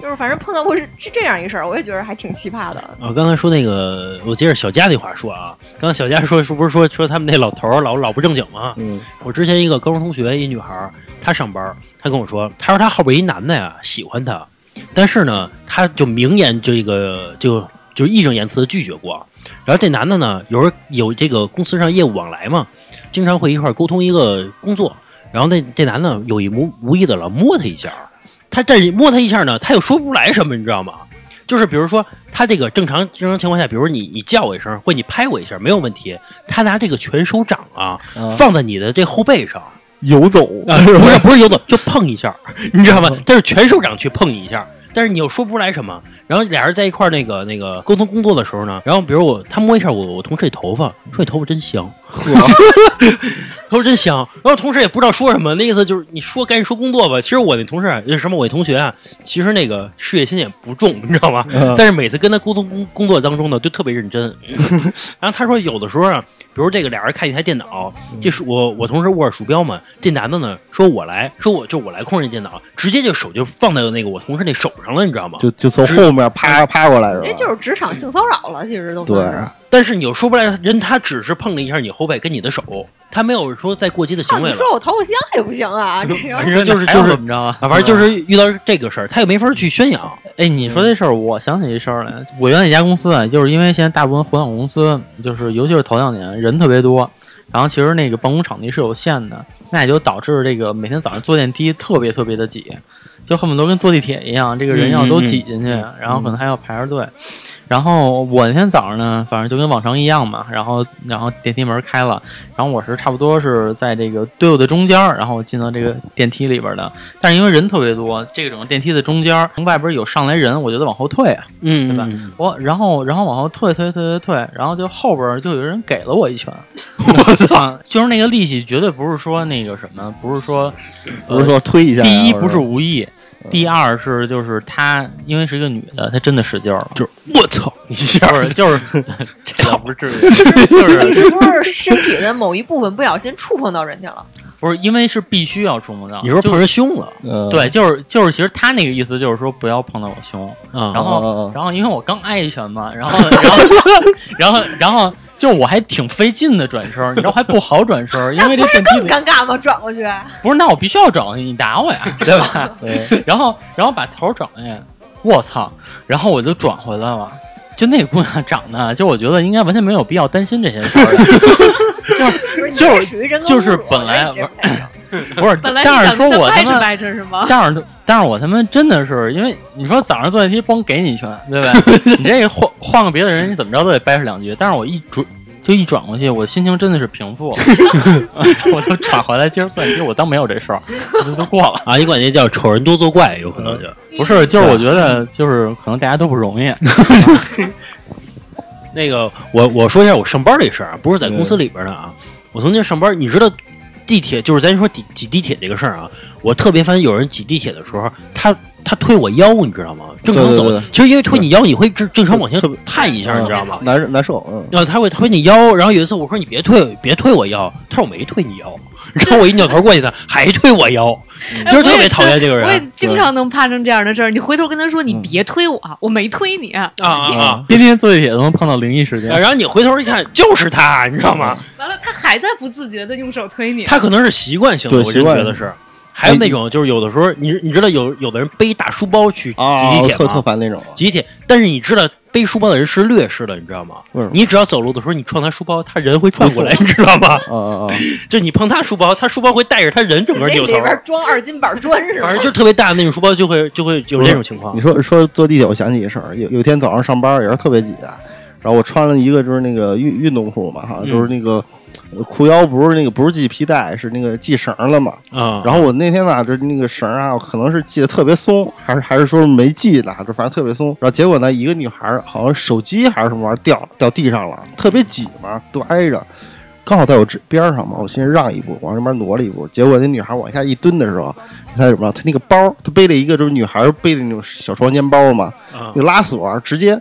D: 就是反正碰到过是是这样一事儿，我也觉得还挺奇葩的。
A: 啊，刚才说那个，我接着小佳那话说啊，刚才小佳说是不是说说他们那老头儿老老不正经嘛？
B: 嗯，
A: 我之前一个高中同学，一女孩儿，她上班儿，她跟我说，她说她后边一男的呀喜欢她，但是呢，她就明言这个就就义正言辞的拒绝过。然后这男的呢，有时候有这个公司上业务往来嘛，经常会一块儿沟通一个工作。然后那这男的有意无无意的了摸她一下儿，他但是摸她一下呢，他又说不出来什么，你知道吗？就是比如说，他这个正常正常情况下，比如你你叫我一声，或你拍我一下，没有问题。他拿这个拳手掌啊，放在你的这后背上，
B: 游走
A: 啊，不是不是游走，就碰一 下，你知道吗？但是全手掌去碰一下，但是你又说不出来什么。然后俩人在一块儿那个那个沟通工作的时候呢，然后比如我他摸一下我我同事的头发，说你头发真香，头发真香。然后同事也不知道说什么，那意思就是你说赶紧说工作吧。其实我那同事啊什么我那同学啊，其实那个事业心也不重，你知道吗？但是每次跟他沟通工工作当中呢，就特别认真。然后他说有的时候啊，比如这个俩人看一台电脑，这是我我同事握着鼠标嘛，这男的呢说我来说我就我来控制这电脑，直接就手就放在那个我同事那手上了，你知道吗？
B: 就就从后面啪啪过来是吧？
D: 这哎就是职场性骚扰了，其实都算是。
A: 但是你又说不来，人他只是碰了一下你后背跟你的手，他没有说再过激的
D: 操，
A: 行为
D: 你
A: 了。
D: 说我头发香也不行啊，这
A: 反
D: 个
A: 正就是就
C: 还要
A: 是
C: 怎么着啊？
A: 啊，反正就是遇到这个事儿，他也没法去宣扬。
C: 哎，你说这事儿，我想起一事儿来。我原来一家公司啊，就是因为现在大部分互联网公司，就是尤其是头两年人特别多，然后其实那个办公场地是有限的，那也就导致这个每天早上坐电梯特别特别的挤，就恨不得跟坐地铁一样，这个人要都挤进去，然后可能还要排着队。然后我那天早上呢，反正就跟往常一样嘛，然后然后电梯门开了，然后我是差不多是在这个队伍的中间儿，然后进到这个电梯里边儿的。但是因为人特别多，这种电梯的中间儿外边儿有上来人，我就得往后退啊。
A: 嗯，
C: 对吧
A: 嗯？
C: 我然后然后往后退退退退退，然后就后边儿就有人给了我一拳，我操！就是那个力气绝对不是说那个什么，不是说，
B: 不是说推一下
C: 呃
B: 呀，
C: 第一
B: 或者
C: 不是无意，第二是就是她因为是一个女的，她真的使劲儿了，
A: 就是我操，你这样
C: 就是就是这倒不至于，
D: 你是不是身体的某一部分不小心触碰到人家了？
C: 不是因为是必须要触摸到，
A: 你是不是
C: 就
A: 碰人胸了
B: 嗯
C: 对，就是就是，其实她那个意思就是说不要碰到我胸，
A: 啊？
C: 然
B: 哦
C: 后
B: 哦哦
C: 然后因为我刚挨一拳嘛，然后然后 然后然后就我还挺费劲的转身儿，你知道还不好转身儿，因为这电梯
D: 更
C: 里
D: 尴尬吗？转过去，
C: 不是，那我必须要转过去，你打我 呀，对吧？
B: 对
C: 然后然后把头转过去，我操！然后我就转回来了。就那姑娘长得，啊就我觉得应该完全没有必要担心这些事儿，
D: 不是你
C: 就
D: 这
C: 是
D: 属于人格
C: 就是
D: 侮辱
C: 本来
D: 我觉得你这不太行
C: 不是？
E: 本来
C: 但是说
E: 你想跟
C: 我他
E: 他掰扯
C: 妈
E: 掰扯是吗？
C: 但是，但是我他妈真的是，因为你说早上坐电梯光给你一拳，对吧？ 你这换换个别的人，你怎么着都得掰扯两句。但是我一转就一转过去，我心情真的是平 复了， 我就转回来接着坐电梯，我当没有这事儿，就就过了。
A: 啊，你管这叫丑人多作怪，有可
B: 嗯
A: 能就
C: 不是，就是我觉得，就是可能大家都 不容易。
A: 那个，我我说一下我上班这事儿啊，不是在公
B: 嗯
A: 司里边的啊。我曾经上班，你知道地铁就是咱说挤挤地铁这个事儿啊，我特别烦有人挤地铁的时候，他他推我腰，你知道吗？正常
B: 对对
A: 走，
B: 对
A: 其实因为推你腰，你会正正常往前
B: 特别
A: 探一下，
B: 嗯
A: 你知道吗？
B: 难难受，嗯，
A: 然后他会推你腰，然后有一次我说你别推，别推我腰，他说我没推你腰， 然后我一扭头过去呢，还推我腰，就是特别讨厌这个人
E: 哎我也经常能发生这样的事儿。你回头跟他说：“你别推我，我没推你。
A: 啊啊啊！
C: 天天坐地铁都能碰到灵异事件
A: 然后你回头一看，就是他，你知道吗？”
E: 完了，他还在不自觉的用手推你。
A: 他可能是习惯性的，
B: 对
A: 我真
B: 习惯哎
A: 觉得是。还有那种就是有的时候，你你知道有有的人背大书包去挤地铁
B: 哦特特
A: 吗？
B: 烦那种，啊
A: 挤地铁，但是你知道背书包的人是劣势的，你知道吗
B: 为什么？
A: 你只要走路的时候你撞他书包，他人会转过来，
C: 哎
A: 你知道吗？
B: 啊啊啊！
A: 就你碰他书包，他书包会带着他人整
D: 你
A: 个
D: 那
A: 扭
D: 里
A: 头，
D: 边装二斤板砖是吗
A: 反正？就特别大的那种书包就会就会有这种情况
B: 你。说说坐地铁，我想起一事儿，有有一天早上上班也是特别挤啊，然后我穿了一个就是那个运运动裤嘛，哈，
A: 嗯
B: 就是那个呃裤腰不是那个不是系皮带，是那个系绳儿了嘛。
A: 啊，
B: 然后我那天呢，就是那个绳儿啊，可能是系的特别松，还是还是说没系呢，就反正特别松。然后结果呢，一个女孩儿好像手机还是什么玩意儿掉掉地上了，特别挤嘛，都挨着。刚好在我这边儿上嘛，我先让一步，往这边挪了一步。结果那女孩往下一蹲的时候，她什么？她那个包，她背了一个就是女孩背的那种小双肩包嘛，
A: 啊
B: 那拉锁儿直接，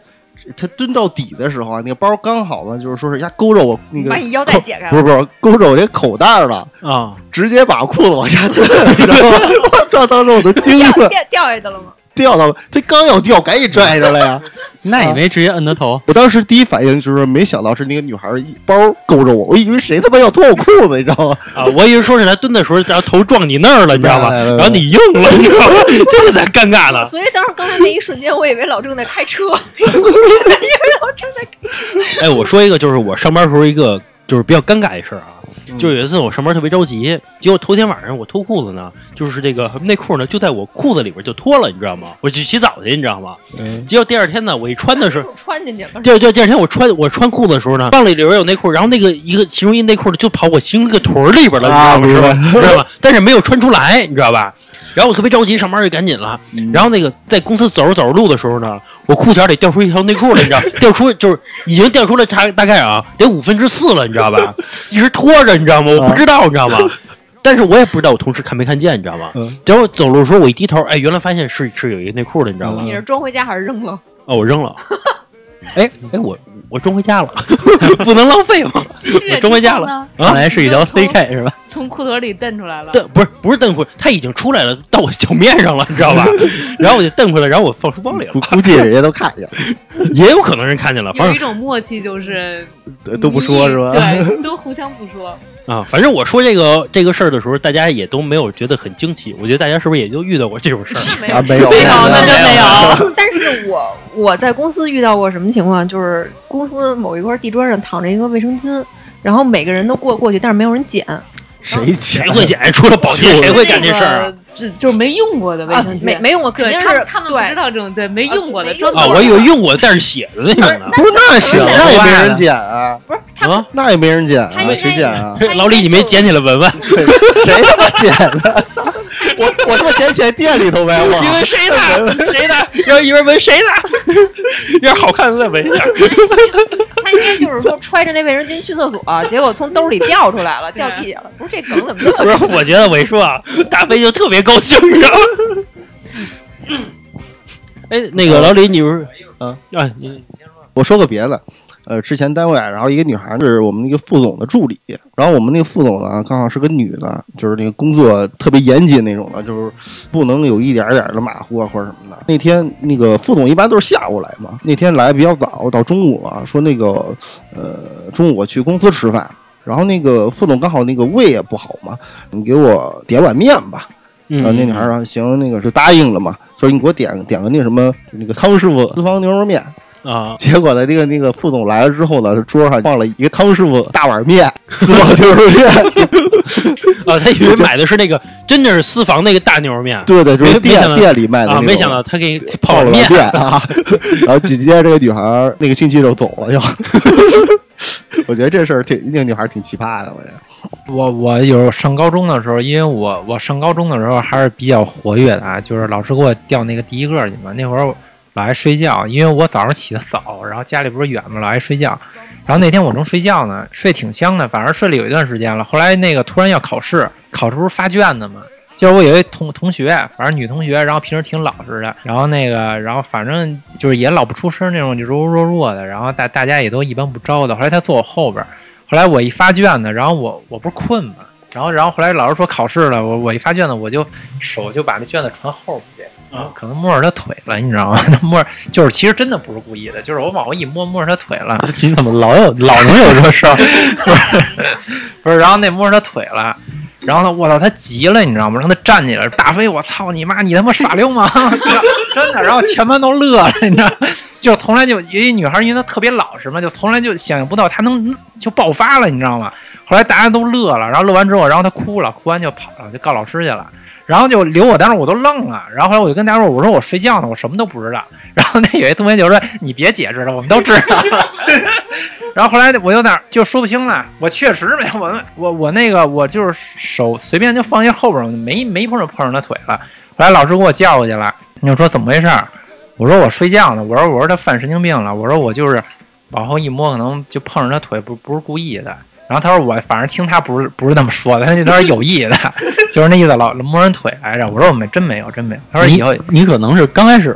B: 她蹲到底的时候啊，那个包刚好呢，就是说是人家勾着我那个
D: 把
B: 口，
D: 你腰带解开
B: 嗯不
D: 了
B: 是，不是勾着我这口袋儿了，
A: 啊，
B: 直接把裤子往下蹲，你知道吗？我操！当时我都惊
D: 掉
B: 了，
D: 掉掉下去了吗？
B: 掉到这刚要掉，赶紧拽着了呀！
C: 那
A: 啊
C: 也没直接摁他头，
B: 我当时第一反应就是没想到是那个女孩儿一包勾着我，我以为谁他妈要脱我裤子，你知道吗？
A: 啊，我以为说是他蹲的时候，然后头撞你那儿了，你知道吗？
B: 来来来来
A: 然后你硬了，你知道吗？ 这个才尴尬了。
D: 所以当时刚才那一瞬间，我以为老郑在开车， 因为老郑在开
A: 哎，我说一个，就是我上班时候一个就是比较尴尬的事儿啊，就是有一次我上班特别着急，结果头天晚上我脱裤子呢，就是这个内裤呢就在我裤子里边就脱了，你知道吗？我去洗澡去，你知道吗？
B: 嗯
A: 结果第二天呢，我一穿的是。
D: 穿进去了。
A: 第二第二第二天我穿我穿裤子的时候呢，蚌里里边有内裤，然后那个一个其中一内裤就跑我行那个腿儿里边了，
B: 啊
A: 你知道吗？
B: 明
A: 知道吗？知道吗？但是没有穿出来，你知道吧？然后我特别着急，上班就赶紧了。
B: 嗯
A: 然后那个在公司走着走着路的时候呢，我裤衩里掉出一条内裤来，你知道，掉出就是已经掉出了大大概啊得五分之四了，你知道吧？一直拖着，你知道吗？我不知道，你知道吗？但是我也不知道我同事看没看见，你知道吗
B: 嗯？
A: 结果走路的时候我一低头，哎，原来发现是是有一个内裤的，你知道吗？
D: 你是装回家还是扔了？
A: 哦，我扔 了。哎哎，我我装回家了，不能浪费 嘛。我装回家了
E: 了，
A: 啊
C: 看来是一条
E: 你就
C: CK 是吧？
E: 从裤腿里蹬出来了。
A: 蹬不是不是蹬回，它已经出来了，到我脚面上了，你知道 吧？然后我就蹬回来，然后我放书包里了
B: 估，估计人家都看见了，
A: 也有可能人看见了，反
E: 有
A: 正
E: 一种默契，就是
B: 呃 都都不说是吧？
E: 对，都互相不说。
A: 啊，反正我说这个这个事儿的时候，大家也都没有觉得很惊奇。我觉得大家是不是也就遇到过这种事儿？
D: 那没
B: 啊，没有，
E: 没有那真没有。
D: 但是我我在公司遇到过什么情况？就是公司某一块地砖上躺着一个卫生巾，然后每个人都过过去，但是没有人捡。
B: 谁捡
C: 哎
A: 谁？会捡？除了保洁，谁会干这事儿啊？
E: 那个就就是没用过的卫
D: 啊，
E: 生间，
D: 没没用过，肯
E: 对
D: 定
E: 他
D: 是
E: 们他们不知
D: 对。
E: 道这种对没用过的
D: 没
E: 专
D: 用
C: 啊，
E: 门
D: 过
C: 我以为用过带着血的那 种呢。
B: 不是那行，
D: 那
B: 那也没
G: 那
B: 人捡啊，
D: 不是他们
C: 啊，
B: 那也没人捡
D: 他
B: 啊
D: 应该，
B: 谁捡啊？
D: 他应该
C: 老李，你没
D: 就
C: 捡起来闻闻？
B: 谁 谁他妈捡的？ 我我他妈捡起来店里头呗， 我
C: 闻谁的？ 谁的？然后一边闻谁的？要是好看的 再闻一下。
D: 他应该就是说揣着那卫生巾去厕所，结果从兜里掉出 来了，掉地下了。不是这梗怎么这么
C: 不是，我觉得我一说啊，大飞就特别高兴，你知道吗？ 哎，那个老李，你不是
B: 嗯
C: 啊？你
B: 我说个别的。呃，之前单位啊，然后一个女孩是我们那个副总的助理，然后我们那个副总呢，刚好是个女的，就是那个工作特别严谨那种的，就是不能有一点点的马虎啊或者什么的。那天那个副总一般都是下午来嘛，那天来比较早，到中午啊，说那个呃中午我去公司吃饭，然后那个副总刚好那个胃也不好嘛，你给我点碗面吧。
C: 嗯啊
B: 然后那女孩说行，那个就答应了嘛，就是你给我点点个那什么，就那个康师傅私房牛肉面。
A: 嗯
C: 啊，
B: 结果呢，那个那个副总来了之后呢，桌上放了一个康师傅大碗面，私房牛肉面。
C: 啊，他以为买的是那个，真的是私房那个大牛肉面
B: 对对，就是
C: 没没想
B: 店
C: 到
B: 店里卖的那
C: 啊，
B: 种
C: 没想到他给
B: 泡
C: 泡
B: 了碗
C: 面。
B: 面啊。然后紧接着这个女孩儿那个星期就走了，就。我觉得这事儿挺那个女孩儿挺奇葩的，我觉得。
A: 我我有上高中的时候，因为我我上高中的时候还是比较活跃的啊，就是老师给我调那个第一个去嘛。那会儿我老爱睡觉，因为我早上起得早，然后家里不是远嘛，老爱睡觉。然后那天我正睡觉呢，睡挺香的，反正睡了有一段时间了。后来那个突然要考试，考试不是发卷子嘛，就是我有一同同学，反正女同学，然后平时挺老实的，然后那个，然后反正就是也老不出声那种，就柔柔弱弱的，然后大大家也都一般不招的。后来她坐我后边儿，后来我一发卷子，然后我我不是困嘛，然后然后后来老师说考试了，我我一发卷子，我就手就把那卷子传后边去，然后可能摸着她腿了，你知道吗？摸着就是其实真的不是故意的，就是我往后一摸摸着她腿了，
G: 你怎么老有老能有这事儿？
A: 不是，然后那摸着她腿了。然后呢，我操，她急了，你知道吗？让她站起来，大飞，我操你妈，你他妈耍流氓！ 真的，然后全班都乐了，你知道吗，就从来就有一女孩，因为她特别老实嘛，就从来就想象不到她能就爆发了，你知道吗？后来大家都乐了，然后乐完之后，然后她哭了，哭完就跑了，就告老师去了。然后就留我当时我都愣了，然后后来我就跟大家说，我说我睡觉呢，我什么都不知道。 然后那有一同学就说你别解释了，我们都知道。然后后来我有点就说不清了，我确实没有，我我我那个我就是手随便就放一后边儿，没没碰着碰上他腿了。后来老师给我叫过去了，你就说怎么回事儿？我说我睡觉呢，我说我说他犯神经病了，我说我就是往后一摸，可能就碰上他腿，不不是故意的。然后他说我反正听他不是不是那么说的，他 就他说有意的，就是那意思老摸人腿来着。我说我们真没有真没有。他说以后
G: 你你可能是刚开始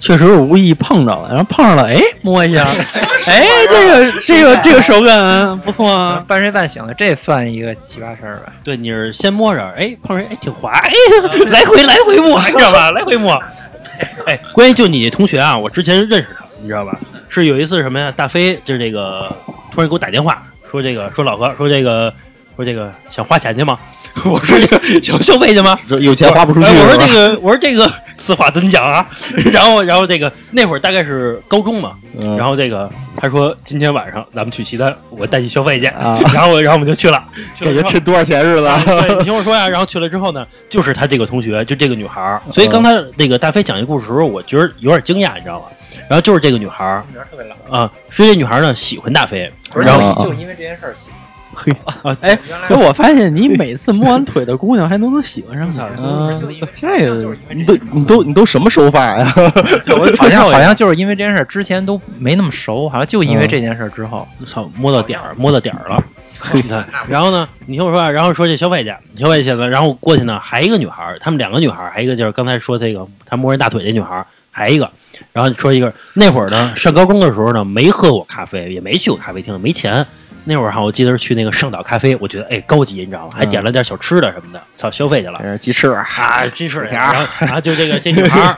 G: 确实是无意碰着了，然后碰上了，哎，摸一下， 哎，这个这个这个手感不错啊。
A: 呃半睡半醒的，这算一个奇葩事儿吧？
C: 嗯对，你是先摸着，哎，碰上，哎，挺滑，哎，来回来回摸，你知道吧？来回摸。哎，关于就你那同学啊，我之前认识他，你知道吧？是有一次什么呀？大飞就是这个突然给我打电话，说这个说老何说这个说这个想花钱去吗？ 我说这个想消费去吗？
B: 这有钱花不出去。
C: 哎，我说
B: 是吧
C: 这个，我说这个， 此话怎讲啊？ 然后，然后这个那会儿大概是高中嘛，
B: 嗯
C: 然后这个他说今天晚上咱们去西单，我带你消费去，
B: 啊
C: 然后然后我们就去了，去了
B: 感觉
C: 之后
B: 吃多少钱似的。
C: 对，你听我说呀，然后去了之后呢，就是他这个同学，就这个女孩儿。嗯所以刚才那个大飞讲这故事的时候，我觉得有点惊讶，你知道吗？然后就是这个女孩儿
A: 女孩特别老，
C: 啊，是这女孩儿呢喜欢大飞，
A: 不是
C: 然
A: 就
C: 后
B: 啊啊
A: 就因为这件事儿起。
B: 嘿
C: 啊
G: 哎，
A: 原来
G: 哎，我发现你每次摸完腿的姑娘还都能喜欢上
A: 操
G: 你，
A: 就是
G: 嗯
A: 就因为
G: 这个
A: 就是因
B: 你
A: 为
B: 都
A: 这
B: 你都你都什么手法呀？
A: 个，好像好像就是因为这件事儿之前都没那么熟，好像就因为这件事儿之后，
C: 操，摸到点儿，摸到点儿了。你看，然后呢？你听我说啊，然后说这消费去，消费去了，然后过去呢，还一个女孩儿，他们两个女孩儿，还一个就是刚才说这个她摸人大腿这女孩儿，还一个，然后说一个那会儿呢，上高中的时候呢，没喝过咖啡，也没去过咖啡厅，没钱。那会儿哈，我记得是去那个上岛咖啡，我觉得哎高级，你知道吗？还点了点小吃的什么的，操，消费去了。
B: 哎鸡翅啊，
C: 啊，真是的。然后，然
A: 啊
C: 后就这 个这女孩儿，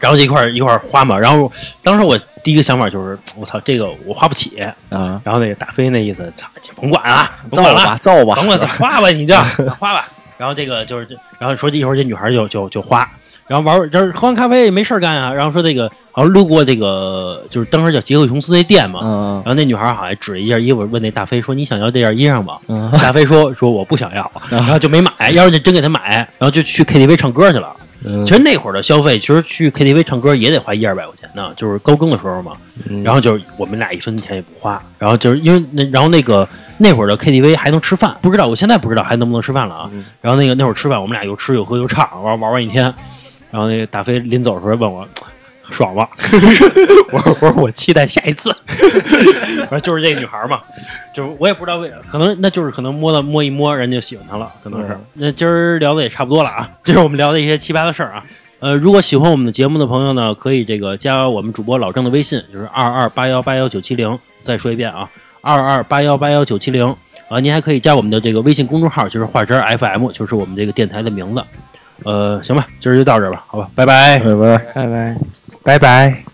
C: 然后这一块儿一块儿花嘛。然后当时我第一个想法就是，我操，这个我花不起。
B: 啊，
C: 然后那个大飞那意思，操，就甭管啊，甭
B: 造
C: 管
B: 吧
C: 了，
B: 造吧，
C: 甭管，花吧，你就花吧。然后这个就是，然后说一会儿这女孩就就就花，
A: 然后玩会儿，就是喝完咖啡也没事儿干啊。然后说这个，好像路过这个，就是当时叫杰克琼斯那店嘛。
C: 嗯
A: 然后那女孩好像指一件衣服，问那大飞说：“你想要这件衣裳吗？”
C: 嗯
A: 大飞说：“说我不想要。”然后就没买。要是你真给他买，然后就去 KTV 唱 歌去了。
C: 嗯
A: 其实那会儿的消费，其实去 KTV 唱歌也得花一二百块钱呢，就是高中的时候嘛。然后就是我们俩一分钱也不花，然后就是因为那，然后那个那会儿的 KTV 还能吃饭，不知道我现在不知道还能不能吃饭了啊。然后那个那会儿吃饭，我们俩又吃又喝又唱，玩玩完一天。然后那个大飞临走的时候问我。爽吗？ 我说我说我期待下一次。 我说就是这个女孩嘛，就是我也不知道为啥，可能那就是可能摸了摸一摸，人家就喜欢她了，可能是。那今儿聊的也差不多了啊， 这是我们聊的一些奇葩的事儿啊。呃，如果喜欢我们的节目的朋友呢，可以这个加我们主播老郑的微信，就是二二八幺八幺九七零。再说一遍啊，二二八幺八幺九七零。啊，您还可以加我们的这个微信公众号，就是华声 FM，就是我们这个电台的名字。呃，行吧，今儿就
C: 嗯
A: 到这儿吧，好吧，拜拜。
B: 拜拜。
C: 拜拜。
F: 拜拜。